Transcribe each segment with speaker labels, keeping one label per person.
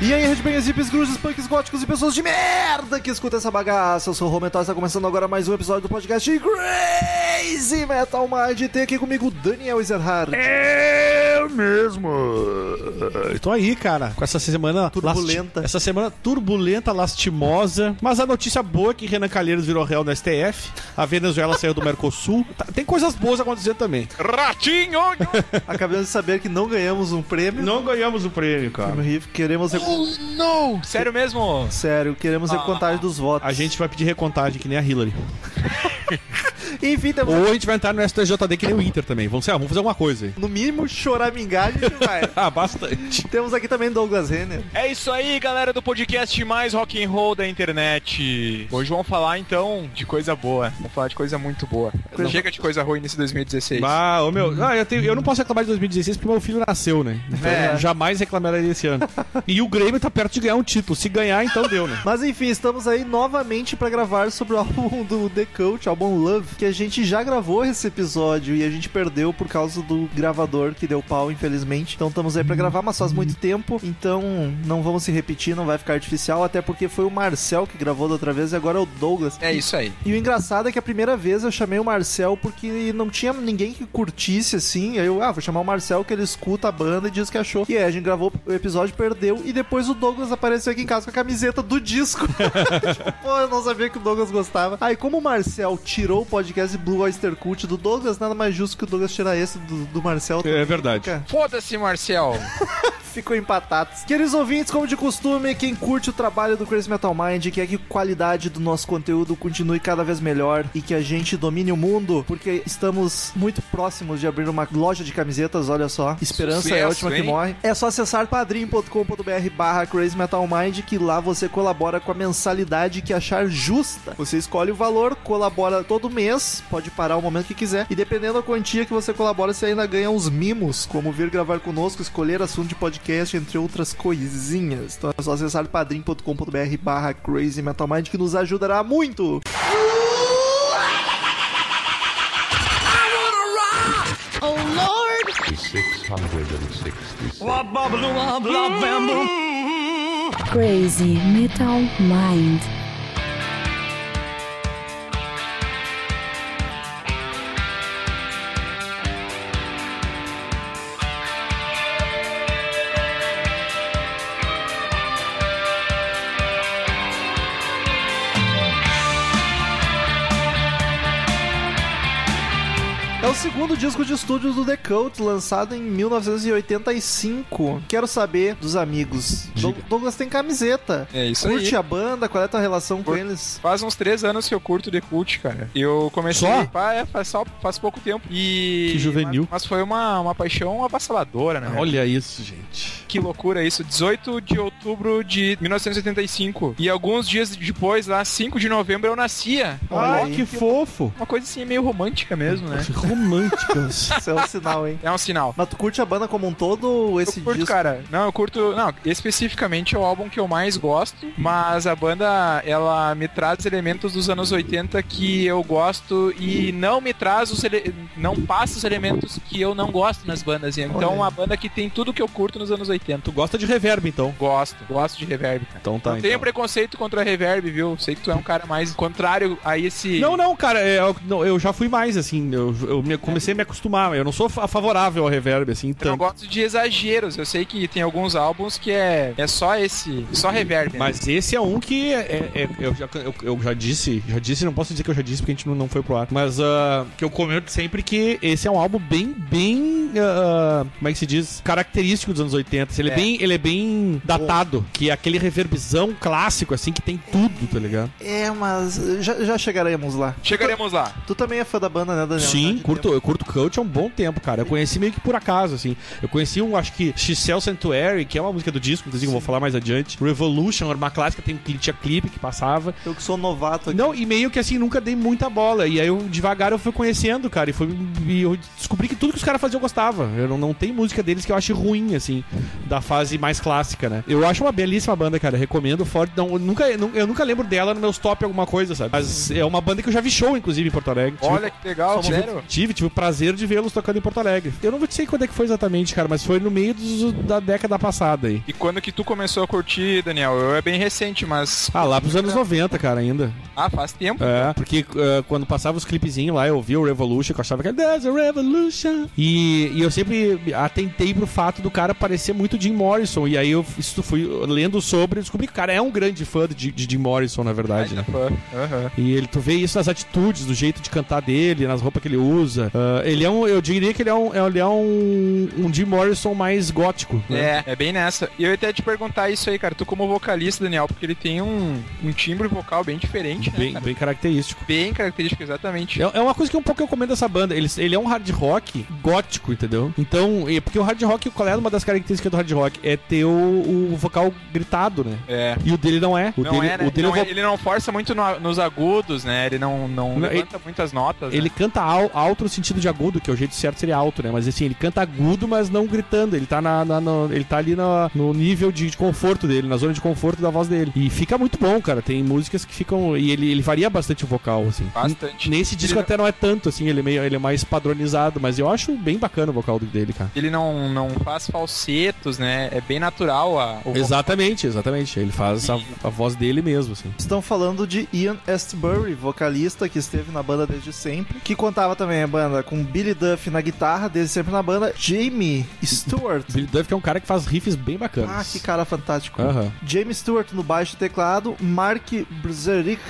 Speaker 1: E aí, headbangers, hippies, grunges, punks, góticos e pessoas de merda que escuta essa bagaça. Eu sou o Romental e está começando agora mais um episódio do podcast Crazy Metal Mind. Tem aqui comigo o Daniel Ezerhard.
Speaker 2: É. Eu mesmo. Tô aí, cara, com essa semana
Speaker 1: Turbulenta.
Speaker 2: essa semana turbulenta, lastimosa. Mas a notícia boa é que Renan Calheiros virou réu no STF. A Venezuela saiu do Mercosul. Tá- tem coisas boas acontecendo também.
Speaker 3: Ratinho!
Speaker 1: Acabamos de saber que não ganhamos um prêmio.
Speaker 2: Não ganhamos o prêmio, cara.
Speaker 1: Prêmio Riff, queremos. recu-
Speaker 3: não! Sério mesmo?
Speaker 1: Sério, queremos a contagem dos votos.
Speaker 2: Ah, A gente vai pedir recontagem que nem a Hillary.
Speaker 1: Enfim, temos.
Speaker 2: Ou a gente vai entrar no STJD que nem o Inter também. Vamos, sei lá, vamos fazer alguma coisa aí.
Speaker 1: No mínimo, choramingar a gente vai.
Speaker 2: Ah, bastante.
Speaker 1: temos aqui também Douglas Renner.
Speaker 3: É isso aí, galera do podcast mais rock and roll da internet. Hoje vamos falar então de coisa boa. Vamos falar de coisa muito boa.
Speaker 1: Coisa-
Speaker 3: Chega de coisa ruim nesse 2016.
Speaker 2: Ah, ô meu. Ah, eu, tenho- eu não posso reclamar de 2016 porque meu filho nasceu, né? Então
Speaker 1: É.
Speaker 2: eu jamais reclamarei desse ano. E o Grêmio tá perto de ganhar um título. Se ganhar, então deu, né?
Speaker 1: Mas enfim, estamos aí novamente pra gravar sobre o álbum do The Cult, o álbum Love, que a gente já gravou esse episódio e a gente perdeu por causa do gravador que deu pau, infelizmente. Então estamos aí pra gravar, mas faz muito tempo, então não vamos se repetir, não vai ficar artificial, até porque foi o Marcel que gravou da outra vez e agora é o Douglas.
Speaker 3: É isso aí.
Speaker 1: E o engraçado é que a primeira vez eu chamei o Marcel porque não tinha ninguém que curtisse assim. Aí eu, ah, vou chamar o Marcel que ele escuta a banda e diz que achou. E é, a gente gravou o episódio, perdeu. E depois o Douglas apareceu aqui em casa com a camiseta do disco. tipo, pô, eu não sabia que o Douglas gostava. Aí, como o Marcel tirou o podcast Blue Oyster Cult do Douglas, nada mais justo que o Douglas tirar esse do, do Marcel.
Speaker 2: É verdade.
Speaker 1: Cara,
Speaker 3: Foda-se, Marcel.
Speaker 1: Ficou empatados. Queridos ouvintes, como de costume, quem curte o trabalho do Crazy Metal Mind quer que a qualidade do nosso conteúdo continue cada vez melhor e que a gente domine o mundo, porque estamos muito próximos de abrir uma loja de camisetas, olha só. Esperança é a
Speaker 3: Sucesso,
Speaker 1: última que
Speaker 3: hein?
Speaker 1: morre. É só acessar padrim.com.br barra Crazy Metal Mind, que lá você colabora com a mensalidade que achar justa. Você escolhe o valor, colabora todo mês, pode parar o momento que quiser, e dependendo da quantia que você colabora, você ainda ganha uns mimos, como vir gravar conosco, escolher assunto de podcast, entre outras coisinhas. Então é só acessar padrim.com.br barra Crazy Metal Mind, que nos ajudará muito.
Speaker 4: Crazy Metal Mind.
Speaker 1: É o segundo disco de estúdio do The Cult, lançado em 1985. Quero saber dos amigos.
Speaker 2: Diga.
Speaker 1: Doug- Douglas tem camiseta.
Speaker 3: É isso
Speaker 1: Curte
Speaker 3: aí.
Speaker 1: a banda, qual é a tua relação com eles?
Speaker 3: Faz uns três anos que eu curto The Cult, cara. Eu comecei.
Speaker 2: Só?
Speaker 3: Ah, é, faz, só faz pouco tempo. E.
Speaker 2: Que juvenil.
Speaker 3: Mas, mas foi uma, uma paixão avassaladora, né?
Speaker 2: Olha isso, gente.
Speaker 3: Que loucura isso, 18 de outubro de 1985. E alguns dias depois, lá 5 de novembro, eu nascia.
Speaker 1: Olha
Speaker 2: Olha
Speaker 1: aí.
Speaker 2: Ah, que fofo.
Speaker 3: Uma coisa assim meio romântica mesmo, né?
Speaker 2: Românticas.
Speaker 1: Isso é um sinal, hein?
Speaker 3: É um sinal.
Speaker 1: Mas tu curte a banda como um todo ou esse
Speaker 3: eu curto,
Speaker 1: disco?
Speaker 3: cara. Não, eu curto. Não, especificamente é o álbum que eu mais gosto. Mas a banda, ela me traz elementos dos anos 80 que eu gosto e não me traz os. ele- Não passa os elementos que eu não gosto nas bandas.
Speaker 1: Olha
Speaker 3: Então,
Speaker 1: aí.
Speaker 3: uma banda que tem tudo que eu curto nos anos 80.
Speaker 2: tu gosta de reverb, então.
Speaker 3: Gosto, gosto de reverb, cara.
Speaker 2: Então tá,
Speaker 3: não tenho
Speaker 2: então.
Speaker 3: preconceito contra reverb, viu? Sei que tu é um cara mais contrário a esse.
Speaker 2: Não, não, cara, é, eu, não, eu já fui mais, assim, eu, eu me- comecei a me acostumar, eu não sou fa- favorável ao reverb, assim,
Speaker 3: Eu não
Speaker 2: tanto.
Speaker 3: gosto de exageros. Eu sei que tem alguns álbuns que é, é só esse, só reverb. né?
Speaker 2: Mas esse é um que é- é- é- eu, já, eu, eu já disse, já disse, não posso dizer que eu já disse porque a gente não, não foi pro ar, mas ah, que eu comento sempre que esse é um álbum bem, bem, ah, como é que se diz, característico dos anos 80, ele é,
Speaker 3: É.
Speaker 2: bem, ele é bem datado, que é aquele reverbzão clássico, assim, que tem tudo, tá ligado?
Speaker 1: É, mas já, já chegaremos lá.
Speaker 3: Chegaremos lá.
Speaker 1: Tu também é fã da banda, né, Daniel? Tá
Speaker 2: Sim,
Speaker 1: de
Speaker 2: curto,
Speaker 1: tempo.
Speaker 2: eu curto Cult há um bom tempo, cara. Eu conheci meio que por acaso, assim. Eu conheci um, acho que Xcel Sanctuary, que é uma música do disco, inclusive eu vou falar mais adiante. Revolution, era uma clássica, tem um clipe, tinha clipe que passava.
Speaker 1: Eu que sou novato aqui.
Speaker 2: Não, e meio que assim, nunca dei muita bola. E aí eu devagar eu fui conhecendo, cara. E, foi, e eu descobri que tudo que os caras faziam eu gostava. Eu não, não tem música deles que eu ache ruim, assim, da fase mais clássica, né? Eu acho uma belíssima banda, cara. Recomendo forte. Não, eu, nunca, eu nunca lembro dela no meus top alguma coisa, sabe? Mas é uma banda que eu já vi show, inclusive, em Porto Alegre. Tive-
Speaker 3: Olha que legal, tipo,
Speaker 2: Tive,
Speaker 3: sério.
Speaker 2: tive, tive o prazer de vê-los tocando em Porto Alegre. Eu não vou te dizer quando é que foi exatamente, cara, mas foi no meio dos- da década passada aí.
Speaker 3: E quando que tu começou a curtir, Daniel? Eu é bem recente, mas.
Speaker 2: Ah, lá pros anos 90, cara, ainda.
Speaker 3: Ah, faz tempo.
Speaker 2: É, porque eh, quando passava os clipezinhos lá, eu ouvia o Revolution, que eu achava que era There's a Revolution. E, e eu sempre me atentei pro fato do cara parecer muito Jim Morrison. E aí eu f- isso fui lendo sobre e descobri que o cara é um grande fã de, de Jim Morrison, na verdade. né?
Speaker 3: Fã. tá Aham.
Speaker 2: E ele, tu vê isso nas atitudes, do jeito de cantar dele, nas roupas que ele usa. Ah, ele é um, eu diria que ele é um, ele é um, um Jim Morrison mais gótico. né?
Speaker 3: É, é bem nessa. E eu ia até te perguntar isso aí, cara. Tu como vocalista, Daniel, porque ele tem um, um timbre vocal bem diferente, né,
Speaker 2: Bem,
Speaker 3: cara?
Speaker 2: bem característico.
Speaker 3: Bem característico, exatamente.
Speaker 2: É, é uma coisa que um pouco eu comento dessa banda. Ele, ele é um hard rock gótico, entendeu? Então, é porque o hard rock, qual é uma das características do hard rock? É ter o, o vocal gritado, né?
Speaker 3: É.
Speaker 2: E o dele não é. O
Speaker 3: não
Speaker 2: dele,
Speaker 3: é, né?
Speaker 2: o dele
Speaker 3: Não
Speaker 2: é o
Speaker 3: é-
Speaker 2: vo-
Speaker 3: ele não força muito no- nos agudos, né? Ele não, não,
Speaker 2: Não, ele-
Speaker 3: levanta muitas notas.
Speaker 2: ele
Speaker 3: né?
Speaker 2: canta al- alto no sentido de agudo, que é o jeito certo seria alto, né? Mas assim, ele canta agudo, mas não gritando. Ele tá, na, na- na- ele tá ali na- no nível de, de conforto dele, na zona de conforto da voz dele. E fica muito bom, cara. Tem músicas que ficam. E ele, ele varia bastante o vocal, assim.
Speaker 3: né? Bastante.
Speaker 2: Nesse disco
Speaker 3: Ele-
Speaker 2: até não é tanto, assim, ele é, meio, ele é mais padronizado, mas eu acho bem bacana o vocal dele, cara.
Speaker 3: Ele não, não faz falsetos, né? É bem natural a, o
Speaker 2: Exatamente, exatamente. Ele faz a, a voz dele mesmo, assim.
Speaker 1: Estão falando de Ian Astbury, vocalista que esteve na banda desde sempre, que contava também a banda com Billy Duff na guitarra, desde sempre na banda, Jamie Stewart.
Speaker 2: Billy Duff é um cara que faz riffs bem bacanas.
Speaker 1: Ah, que cara fantástico.
Speaker 2: Aham.
Speaker 1: Jamie Stewart no baixo e teclado, Mark Brzerick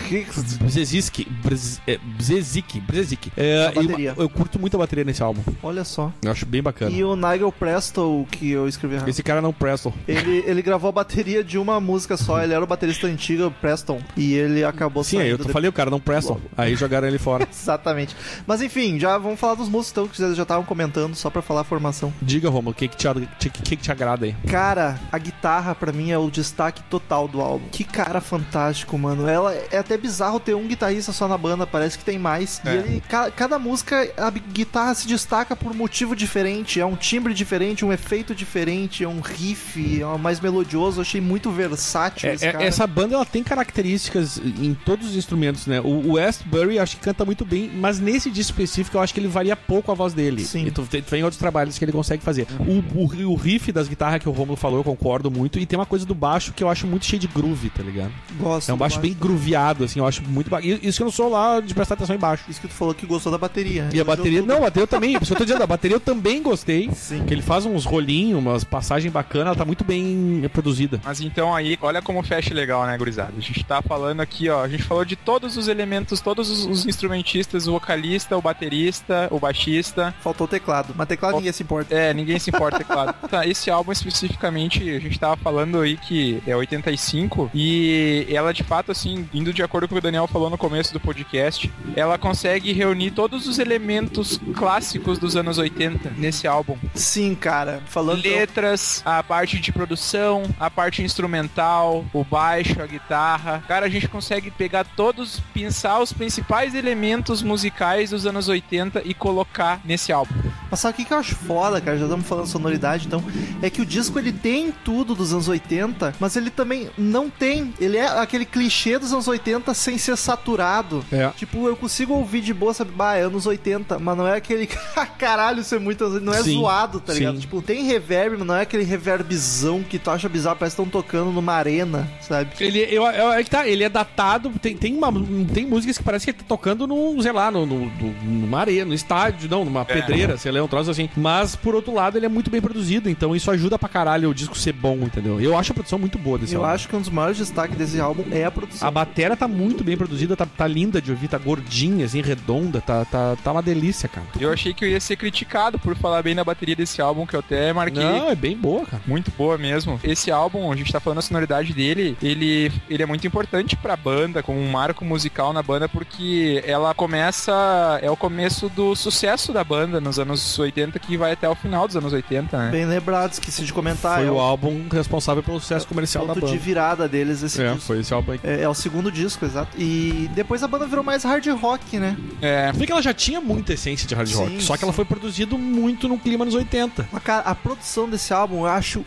Speaker 2: Brzezinski, Brz- é, Brzezinski, Brzezinski. É,
Speaker 1: A bateria.
Speaker 2: e eu, eu curto muito a bateria nesse álbum.
Speaker 1: olha só.
Speaker 2: Eu acho bem bacana.
Speaker 1: E o Nigel Presto, que eu escrevi errado.
Speaker 2: Esse cara não presta.
Speaker 1: Ele, ele gravou a bateria de uma música só, ele era o baterista antigo, o Preston, e ele acabou
Speaker 2: Sim, aí eu
Speaker 1: saindo
Speaker 2: tô- falei o cara não presta. Aí jogaram ele fora.
Speaker 1: Exatamente. Mas enfim, já vamos falar dos músicos então, que vocês já estavam comentando, só pra falar a formação.
Speaker 2: Diga, Romulo, o que que te, te- que que te agrada aí?
Speaker 1: Cara, a guitarra pra mim é o destaque total do álbum. Que cara fantástico, mano. Ela é até bizarro ter um guitarrista só na banda, parece que tem mais. E
Speaker 3: É.
Speaker 1: ele, ca- cada música, a bi- guitarra se destaca por um motivo diferente, é um timbre diferente, um efeito diferente, é um riff, é um mais melodioso. Eu achei muito versátil
Speaker 2: É,
Speaker 1: esse
Speaker 2: é-
Speaker 1: cara.
Speaker 2: essa banda ela tem características em todos os instrumentos, né? O o Westbury acho que canta muito bem, mas nesse disco específico eu acho que ele varia pouco a voz dele.
Speaker 1: Sim.
Speaker 2: E tu, tem, tu tem outros trabalhos que ele consegue fazer. O, o- o riff das guitarras que o Romulo falou, eu concordo muito. E tem uma coisa do baixo que eu acho muito cheio de groove, tá ligado?
Speaker 1: Gosto
Speaker 2: É um
Speaker 1: do
Speaker 2: baixo bem grooveado, assim, eu acho muito ba... E Isso que eu não sou lá de prestar atenção em baixo.
Speaker 1: Isso que tu falou que gostou da bateria. é
Speaker 2: E a bateria. Não, a bateria eu também. Por isso eu tô dizendo, a bateria eu também gostei.
Speaker 1: Sim.
Speaker 2: Que ele faz uns rolinhos, umas passagens bacanas, ela tá muito bem produzida.
Speaker 3: Mas então aí, olha como fecha legal, né, gurizada? A gente tá falando aqui, ó, a gente falou de todos os elementos, todos os, os instrumentistas, o vocalista, o baterista, o baixista.
Speaker 1: Faltou teclado, mas teclado
Speaker 3: Fal-
Speaker 1: ninguém se importa.
Speaker 3: É, ninguém se importa, é claro. Tá, esse álbum especificamente, a gente tava falando aí que é 85 e ela de fato assim, indo de acordo com o que o Daniel falou no começo do podcast, ela consegue reunir todos os elementos clássicos dos anos 80 nesse álbum.
Speaker 1: Sim, cara. Falando.
Speaker 3: letras, a parte de produção, a parte instrumental, o baixo, a guitarra. Cara, a gente consegue pegar todos, pensar os principais elementos musicais dos anos 80 e colocar nesse álbum.
Speaker 1: Mas sabe o que, que eu acho foda, cara? Já estamos falando sonoridade, então. É que o disco ele tem tudo dos anos 80, mas ele também não tem. Ele é aquele clichê dos anos 80 sem ser saturado.
Speaker 2: É.
Speaker 1: Tipo, eu consigo ouvir de boa, sabe? Bah, é anos 80, mas não é aquele. Caralho, isso é muito. anos- Não é
Speaker 2: Sim,
Speaker 1: zoado, tá
Speaker 2: sim.
Speaker 1: ligado? Tipo, tem reverb, mas não é aquele reverbzão que tu acha bizarro, parece que estão tocando numa arena, sabe?
Speaker 2: Ele, eu, eu- é que tá, ele é datado. Tem, tem, uma, tem músicas que parece que ele tá tocando num, sei lá, no, no, no- numa areia, no estádio, não, numa pedreira, sei lá, um troço assim. Mas, por outro lado, ele é muito bem produzido, então isso ajuda pra caralho o disco ser bom, entendeu? Eu acho a produção muito boa desse
Speaker 1: Eu
Speaker 2: álbum.
Speaker 1: acho que um dos maiores destaques desse álbum é a produção.
Speaker 2: A bateria tá muito bem produzida, tá, tá linda de ouvir, tá gordinha, assim, redonda, tá, tá, tá uma delícia, cara.
Speaker 3: Eu achei que eu ia ser criticado por falar bem da bateria desse álbum, que eu até marquei.
Speaker 2: Não, é bem boa, cara.
Speaker 3: Muito boa mesmo. Esse álbum, a gente tá falando a sonoridade dele, ele, ele é muito importante pra banda, como um marco musical na banda, porque ela começa. É o começo do sucesso da banda nos anos 80, que vai até o final dos anos 80, né?
Speaker 1: Bem lembrado, esqueci de comentar.
Speaker 2: Ah, Foi
Speaker 1: é
Speaker 2: o
Speaker 1: o
Speaker 2: álbum responsável pelo sucesso comercial da
Speaker 1: ponto de
Speaker 2: banda.
Speaker 1: virada deles esse
Speaker 2: É,
Speaker 1: disco.
Speaker 2: foi esse álbum aí.
Speaker 1: É, é o segundo disco, exato. E depois a banda virou mais hard rock, né?
Speaker 3: É,
Speaker 2: Tu vê que ela já tinha muita essência de hard
Speaker 1: Sim,
Speaker 2: rock, só que ela
Speaker 1: sim.
Speaker 2: foi produzido muito no clima nos 80.
Speaker 1: Mas, cara, a produção desse álbum eu acho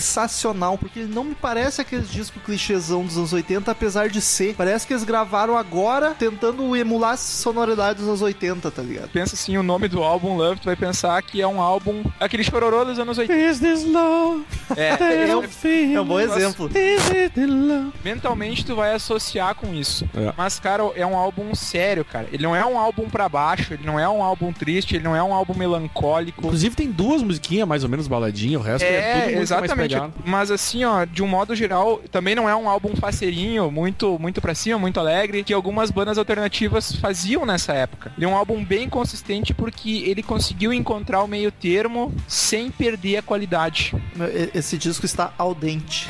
Speaker 1: sensacional, porque ele não me parece aquele disco clichêzão dos anos 80, apesar de ser. Parece que eles gravaram agora tentando emular a sonoridade dos anos 80, tá ligado? ligado?
Speaker 3: Pensa assim, o nome do álbum Love, tu vai pensar que é um álbum. Aquele chororô dos anos 80.
Speaker 2: Is this love?
Speaker 3: É,
Speaker 1: É um-
Speaker 2: feeling?
Speaker 1: É um bom
Speaker 3: Nossa.
Speaker 1: exemplo.
Speaker 2: Is it the love?
Speaker 3: mentalmente tu vai associar com isso.
Speaker 2: É.
Speaker 3: Mas, cara, é um álbum sério, cara. Ele não é um álbum pra baixo, ele não é um álbum triste, ele não é um álbum melancólico.
Speaker 2: Inclusive tem duas musiquinhas mais ou menos baladinha, o resto é, tudo muito
Speaker 3: exatamente.
Speaker 2: mais pegado.
Speaker 3: Mas assim, ó, de um modo geral, também não é um álbum faceirinho, muito muito pra cima, muito alegre, que algumas bandas alternativas faziam nessa época. Ele é um álbum bem consistente porque ele conseguiu encontrar o meio termo sem perder a qualidade.
Speaker 1: Meu, e- Esse disco está al dente.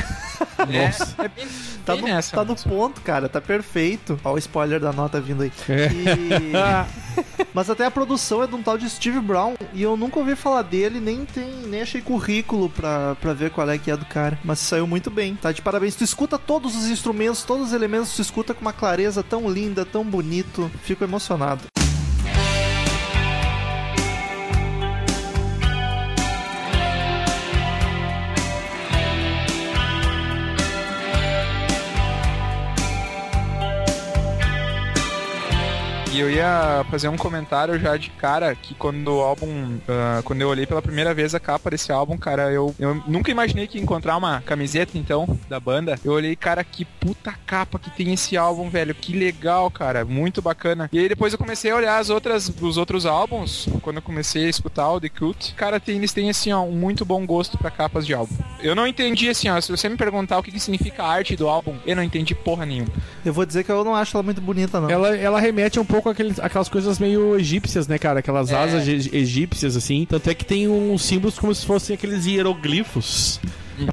Speaker 2: Nossa.
Speaker 3: É, é bem,
Speaker 1: Tá
Speaker 3: bem
Speaker 1: no,
Speaker 3: nessa. né?
Speaker 1: tá no ponto, cara. Tá perfeito. Ó, o spoiler da nota vindo aí.
Speaker 2: É.
Speaker 1: E-
Speaker 2: Ah,
Speaker 1: Mas até a produção é de um tal de Steve Brown. E eu nunca ouvi falar dele, nem tem, nem achei currículo pra, pra ver qual é que é do cara. Mas saiu muito bem. Tá de parabéns. Tu escuta todos os instrumentos, todos os elementos, tu escuta com uma clareza tão linda, tão bonito. Fico emocionado.
Speaker 3: E eu ia fazer um comentário já de cara que quando o álbum, ah, quando eu olhei pela primeira vez a capa desse álbum, cara, eu, eu nunca imaginei que ia encontrar uma camiseta então da banda. Eu olhei, cara, que puta capa que tem esse álbum, velho, que legal, cara, muito bacana. E aí depois eu comecei a olhar as outras, os outros álbuns, quando eu comecei a escutar o The Cult, cara, tem, eles têm assim, ó, um muito bom gosto pra capas de álbum. Eu não entendi assim, ó, se você me perguntar o que, que significa a arte do álbum, eu não entendi porra nenhuma.
Speaker 1: Eu vou dizer que eu não acho ela muito bonita, não.
Speaker 2: ela, ela remete um pouco àqueles, àquelas coisas meio egípcias, né, cara? Aquelas
Speaker 3: É.
Speaker 2: asas e- egípcias, assim. Tanto é que tem uns símbolos como se fossem aqueles hieroglifos.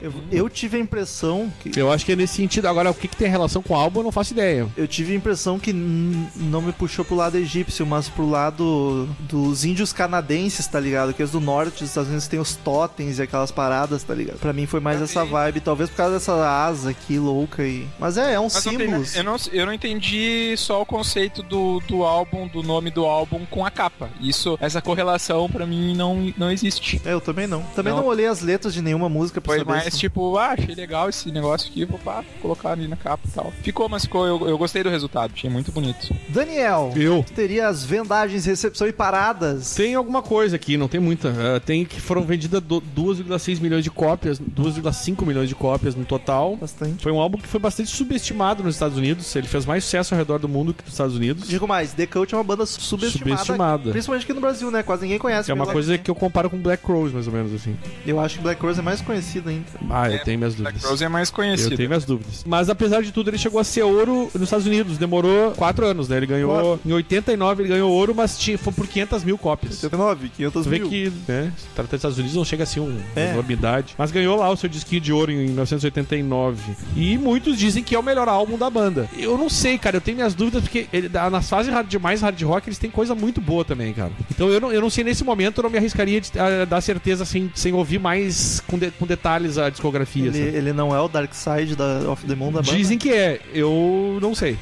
Speaker 1: Eu, eu tive a impressão que.
Speaker 2: Eu acho que é nesse sentido. Agora, o que, que tem relação com o álbum, eu não faço ideia.
Speaker 1: Eu tive a impressão que n- não me puxou pro lado egípcio, mas pro lado dos índios canadenses, tá ligado? Que os do norte dos Estados Unidos tem os totens e aquelas paradas, tá ligado? Pra mim foi mais essa
Speaker 3: Também.
Speaker 1: vibe, talvez por causa dessa asa aqui louca e. Mas é, é um
Speaker 3: Mas não tem
Speaker 1: símbolo.
Speaker 3: nada- eu, não, eu não entendi só o conceito do, do álbum, do nome do álbum com a capa. Isso, essa correlação pra mim não, não existe.
Speaker 1: É, eu também não. Também não.
Speaker 3: Não.
Speaker 1: olhei as letras de nenhuma música pra
Speaker 3: Foi
Speaker 1: saber.
Speaker 3: mais
Speaker 1: se-
Speaker 3: tipo, ah, achei legal esse negócio aqui, vou pá, colocar ali na capa e tal. Ficou, mas ficou, eu, eu gostei do resultado, achei muito bonito.
Speaker 1: Daniel,
Speaker 2: Eu.
Speaker 1: tu teria as vendagens, recepção e paradas.
Speaker 2: Tem alguma coisa aqui, não tem muita. Ah, tem que foram vendidas do- 2,6 milhões de cópias, 2,5 milhões de cópias no total.
Speaker 1: Bastante.
Speaker 2: Foi um álbum que foi bastante subestimado nos Estados Unidos. Ele fez mais sucesso ao redor do mundo que nos Estados Unidos.
Speaker 1: Digo mais, The Cult é uma banda subestimada.
Speaker 2: Subestimada.
Speaker 1: Principalmente aqui no Brasil, né? Quase ninguém conhece.
Speaker 2: É uma
Speaker 1: pelo-
Speaker 3: né?
Speaker 2: coisa que eu comparo com Black Rose, mais ou menos, assim.
Speaker 1: Eu acho que Black Rose é mais conhecida ainda.
Speaker 2: Ah, eu
Speaker 3: É,
Speaker 2: tenho minhas
Speaker 3: Black
Speaker 2: dúvidas.
Speaker 3: Rose é mais
Speaker 2: Eu
Speaker 3: conhecido.
Speaker 2: tenho minhas dúvidas. Mas apesar de tudo, ele chegou a ser ouro nos Estados Unidos. Demorou 4 anos, né? Ele ganhou. Em 89 ele ganhou ouro, mas tinha, foi por 500 mil cópias.
Speaker 1: 79, 500
Speaker 2: Tu vê que, né, se trata dos Estados Unidos, não chega assim um,
Speaker 1: É.
Speaker 2: uma enormidade. Mas ganhou lá o seu disquinho de ouro em 1989. E muitos dizem que é o melhor álbum da banda. Eu não sei, cara, eu tenho minhas dúvidas, porque ele, da- nas fases hard, de mais hard rock eles têm coisa muito boa também, cara. Então eu não, eu não sei, nesse momento eu não me arriscaria de, a, dar certeza sem, sem ouvir mais com, de- com detalhes a discografia.
Speaker 1: Ele,
Speaker 2: sabe?
Speaker 1: ele não é o Dark Side da Off the Moon da banda?
Speaker 2: né? Dizem que é, eu não sei.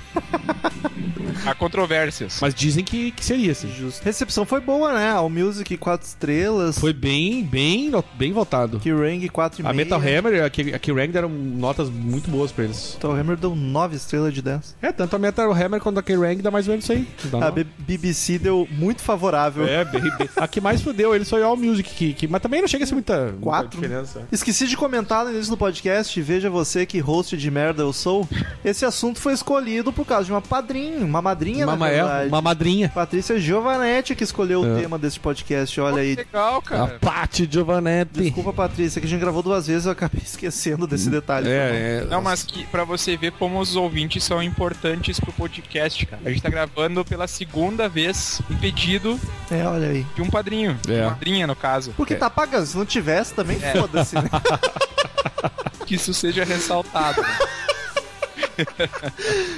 Speaker 3: Há controvérsias.
Speaker 2: Mas dizem que, que seria, assim.
Speaker 1: Justo. Recepção foi boa, né? All Music 4 estrelas.
Speaker 2: Foi bem, bem, no- bem votado.
Speaker 1: Kerrang 4,5.
Speaker 2: A Metal Hammer e a Ki- a Kerrang deram notas muito boas pra eles.
Speaker 1: Metal Hammer deu 9 estrelas de 10.
Speaker 2: É, tanto a Metal Hammer quanto a Kerrang dá mais ou menos isso aí. Ah, Dá
Speaker 1: A
Speaker 2: não.
Speaker 1: B- BBC deu muito favorável.
Speaker 2: É, bem, bem. A que mais fudeu ele foi o All Music, que, que- mas também não chega a ser muita, muita
Speaker 1: Quatro?
Speaker 2: diferença.
Speaker 1: Esqueci de comentar no início do podcast, veja você que host de merda eu sou. Esse assunto foi escolhido por causa de uma padrinha, uma madrinha,
Speaker 2: Uma,
Speaker 1: na verdade.
Speaker 2: uma madrinha.
Speaker 1: Patrícia Giovanetti que escolheu o
Speaker 2: É.
Speaker 1: tema desse podcast, olha aí.
Speaker 3: Legal,
Speaker 2: A
Speaker 3: cara.
Speaker 2: Paty Giovanetti.
Speaker 1: Desculpa, Patrícia, que a gente gravou duas vezes e eu acabei esquecendo desse detalhe.
Speaker 2: É, é.
Speaker 3: Não, mas que para você ver como os ouvintes são importantes pro podcast, cara. A gente tá gravando pela segunda vez um pedido
Speaker 1: É, olha aí.
Speaker 3: de um padrinho,
Speaker 2: É.
Speaker 3: uma madrinha no caso. É.
Speaker 1: Porque tá pagando, se não tivesse também, foda-se, né?
Speaker 3: que isso seja ressaltado. né?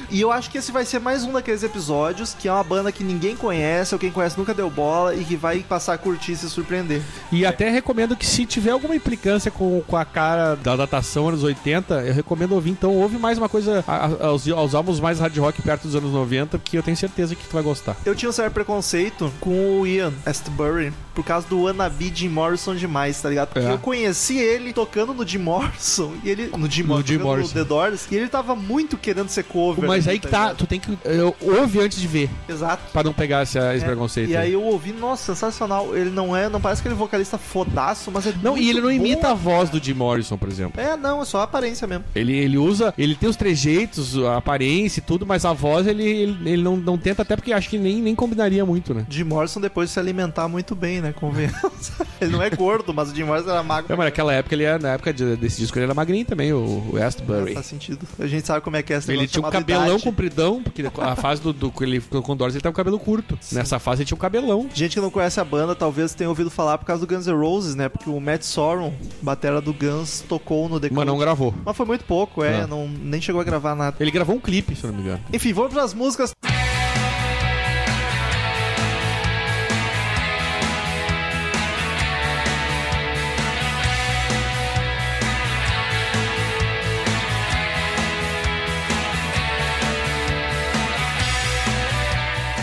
Speaker 1: E eu acho que esse vai ser mais um daqueles episódios que é uma banda que ninguém conhece, ou quem conhece nunca deu bola, e que vai passar a curtir e se surpreender.
Speaker 2: E até recomendo que se tiver alguma implicância com, com a cara da datação anos 80, eu recomendo ouvir. Então ouve mais uma coisa a- a- aos, aos álbuns mais hard rock perto dos anos 90, que eu tenho certeza que tu vai gostar.
Speaker 1: Eu tinha um certo preconceito com o Ian Astbury por causa do Wannabe Jim Morrison demais, tá ligado? Porque
Speaker 2: É.
Speaker 1: eu conheci ele tocando no Jim Morrison, e ele... No Jim,
Speaker 2: No Jim
Speaker 1: tocando
Speaker 2: Morrison.
Speaker 1: No The Doors, e ele tava muito muito querendo ser cover.
Speaker 2: Mas
Speaker 1: né,
Speaker 2: aí que tá,
Speaker 1: ligado?
Speaker 2: tu tem que. Eu, ouve antes de ver,
Speaker 1: Exato.
Speaker 2: pra não pegar esse, esse
Speaker 1: É,
Speaker 2: preconceito. né?
Speaker 1: E aí eu ouvi, nossa, sensacional. Ele não é, não parece aquele vocalista fodaço, mas é
Speaker 2: Não, e
Speaker 1: muito
Speaker 2: ele não
Speaker 1: bom.
Speaker 2: imita a voz do Jim Morrison, por exemplo.
Speaker 1: É, não, é só a aparência mesmo.
Speaker 2: Ele, ele usa, ele tem os trejeitos, a aparência e tudo, mas a voz ele, ele, ele não, não tenta, até porque acho que nem, nem combinaria muito, né?
Speaker 1: Jim Morrison depois de se alimentar muito bem, né? Convenhamos. ele não é gordo, mas o Jim Morrison era magro.
Speaker 2: É, mas naquela época ele era, na época de- desse disco ele era magrinho também, o Westbury.
Speaker 1: Faz sentido. A gente sabe como é que é esse
Speaker 2: Ele
Speaker 1: negócio
Speaker 2: tinha um
Speaker 1: chamado
Speaker 2: cabelão
Speaker 1: idade.
Speaker 2: compridão, porque a fase do, do que ele ficou com o Doris ele tava com cabelo curto. Nessa fase ele tinha um cabelão.
Speaker 1: Gente que não conhece a banda talvez tenha ouvido falar por causa do Guns N' Roses, né? Porque o Matt Sorum, batera do Guns, tocou no The
Speaker 2: Mas não
Speaker 1: Cult.
Speaker 2: gravou.
Speaker 1: Mas foi muito pouco, é.
Speaker 2: É.
Speaker 1: Não, nem chegou a gravar nada.
Speaker 2: Ele gravou um clipe, se eu não me engano.
Speaker 1: Enfim, vamos pras músicas.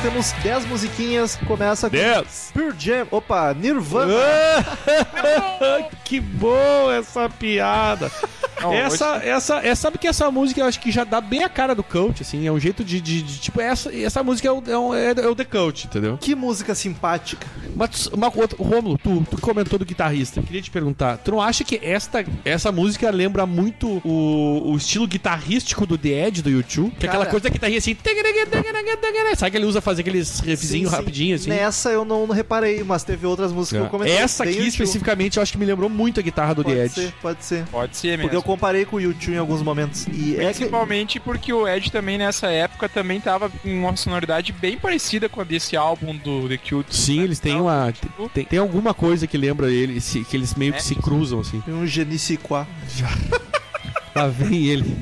Speaker 1: Temos 10 musiquinhas, começa com Pure Jam, opa,
Speaker 2: Ah!
Speaker 1: Nirvana.
Speaker 2: que boa essa piada.
Speaker 3: Não,
Speaker 2: essa,
Speaker 3: hoje-
Speaker 2: essa, é, sabe que essa música eu acho que já dá bem a cara do Cult, assim, é um jeito de, de- de- tipo, essa, essa música é o, é, um- é- é o The Cult, entendeu?
Speaker 1: Que música simpática.
Speaker 2: Mas uma outra, Romulo, tu, tu comentou do guitarrista, eu queria te perguntar, tu não acha que esta, essa música lembra muito o, o estilo guitarrístico do The Edge do YouTube? Que é aquela
Speaker 1: Cara.
Speaker 2: coisa da guitarrinha assim, sabe que ele usa fazer aqueles riffzinhos
Speaker 1: Sim, sim.
Speaker 2: rapidinho assim? Ah,
Speaker 1: Nessa eu não, não reparei, mas teve outras músicas que eu comentei.
Speaker 2: Essa aqui
Speaker 1: Bem útil.
Speaker 2: especificamente eu acho que me lembrou muito a guitarra do The
Speaker 1: Pode
Speaker 2: Edge.
Speaker 1: ser, pode ser.
Speaker 3: Pode ser mesmo.
Speaker 1: Porque eu comparei com o YouTube em alguns momentos. E é que...
Speaker 3: Principalmente porque o Ed também nessa época também tava com uma sonoridade bem parecida com a desse álbum do The Cute.
Speaker 2: Sim, eles têm
Speaker 1: Então, né?
Speaker 2: uma.
Speaker 3: Tipo,
Speaker 2: Tem, tem alguma coisa que lembra ele, se- que eles meio que
Speaker 1: É.
Speaker 2: se cruzam, assim.
Speaker 1: Tem um Geniciquá.
Speaker 2: Lá vem ele.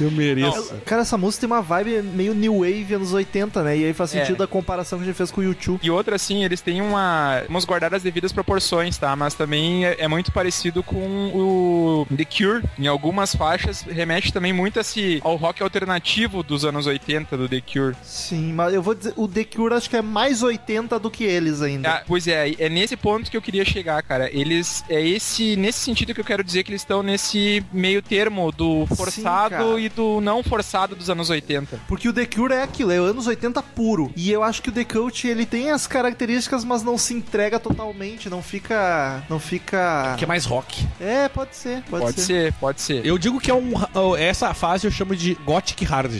Speaker 2: Eu mereço.
Speaker 1: Cara, essa música tem uma vibe meio New Wave anos 80, né? E aí faz
Speaker 3: É.
Speaker 1: sentido a comparação que a gente fez com o YouTube.
Speaker 3: E outra, assim, eles têm uma. Vamos guardar as devidas proporções, tá? Mas também é, é muito parecido com o The Cure. Em algumas faixas, remete também muito a esse, ao rock alternativo dos anos 80 do The Cure.
Speaker 1: Sim, mas eu vou dizer, o The Cure acho que é mais 80 do que eles ainda.
Speaker 3: Ah, pois é, é nesse ponto que eu queria chegar, cara. Eles. É esse. Nesse sentido que eu quero dizer que eles estão nesse meio termo do
Speaker 1: Sim,
Speaker 3: forçado
Speaker 1: cara.
Speaker 3: e do não forçado dos anos 80.
Speaker 1: Porque o The Cure é aquilo, é anos 80 puro. E eu acho que o The Cult, ele tem as características, mas não se entrega totalmente, não fica... Não fica...
Speaker 2: Que é mais rock.
Speaker 1: É, pode ser, pode,
Speaker 3: Pode
Speaker 1: ser.
Speaker 3: ser, pode ser.
Speaker 2: Eu digo que é um. Essa fase eu chamo de Gothic Hard.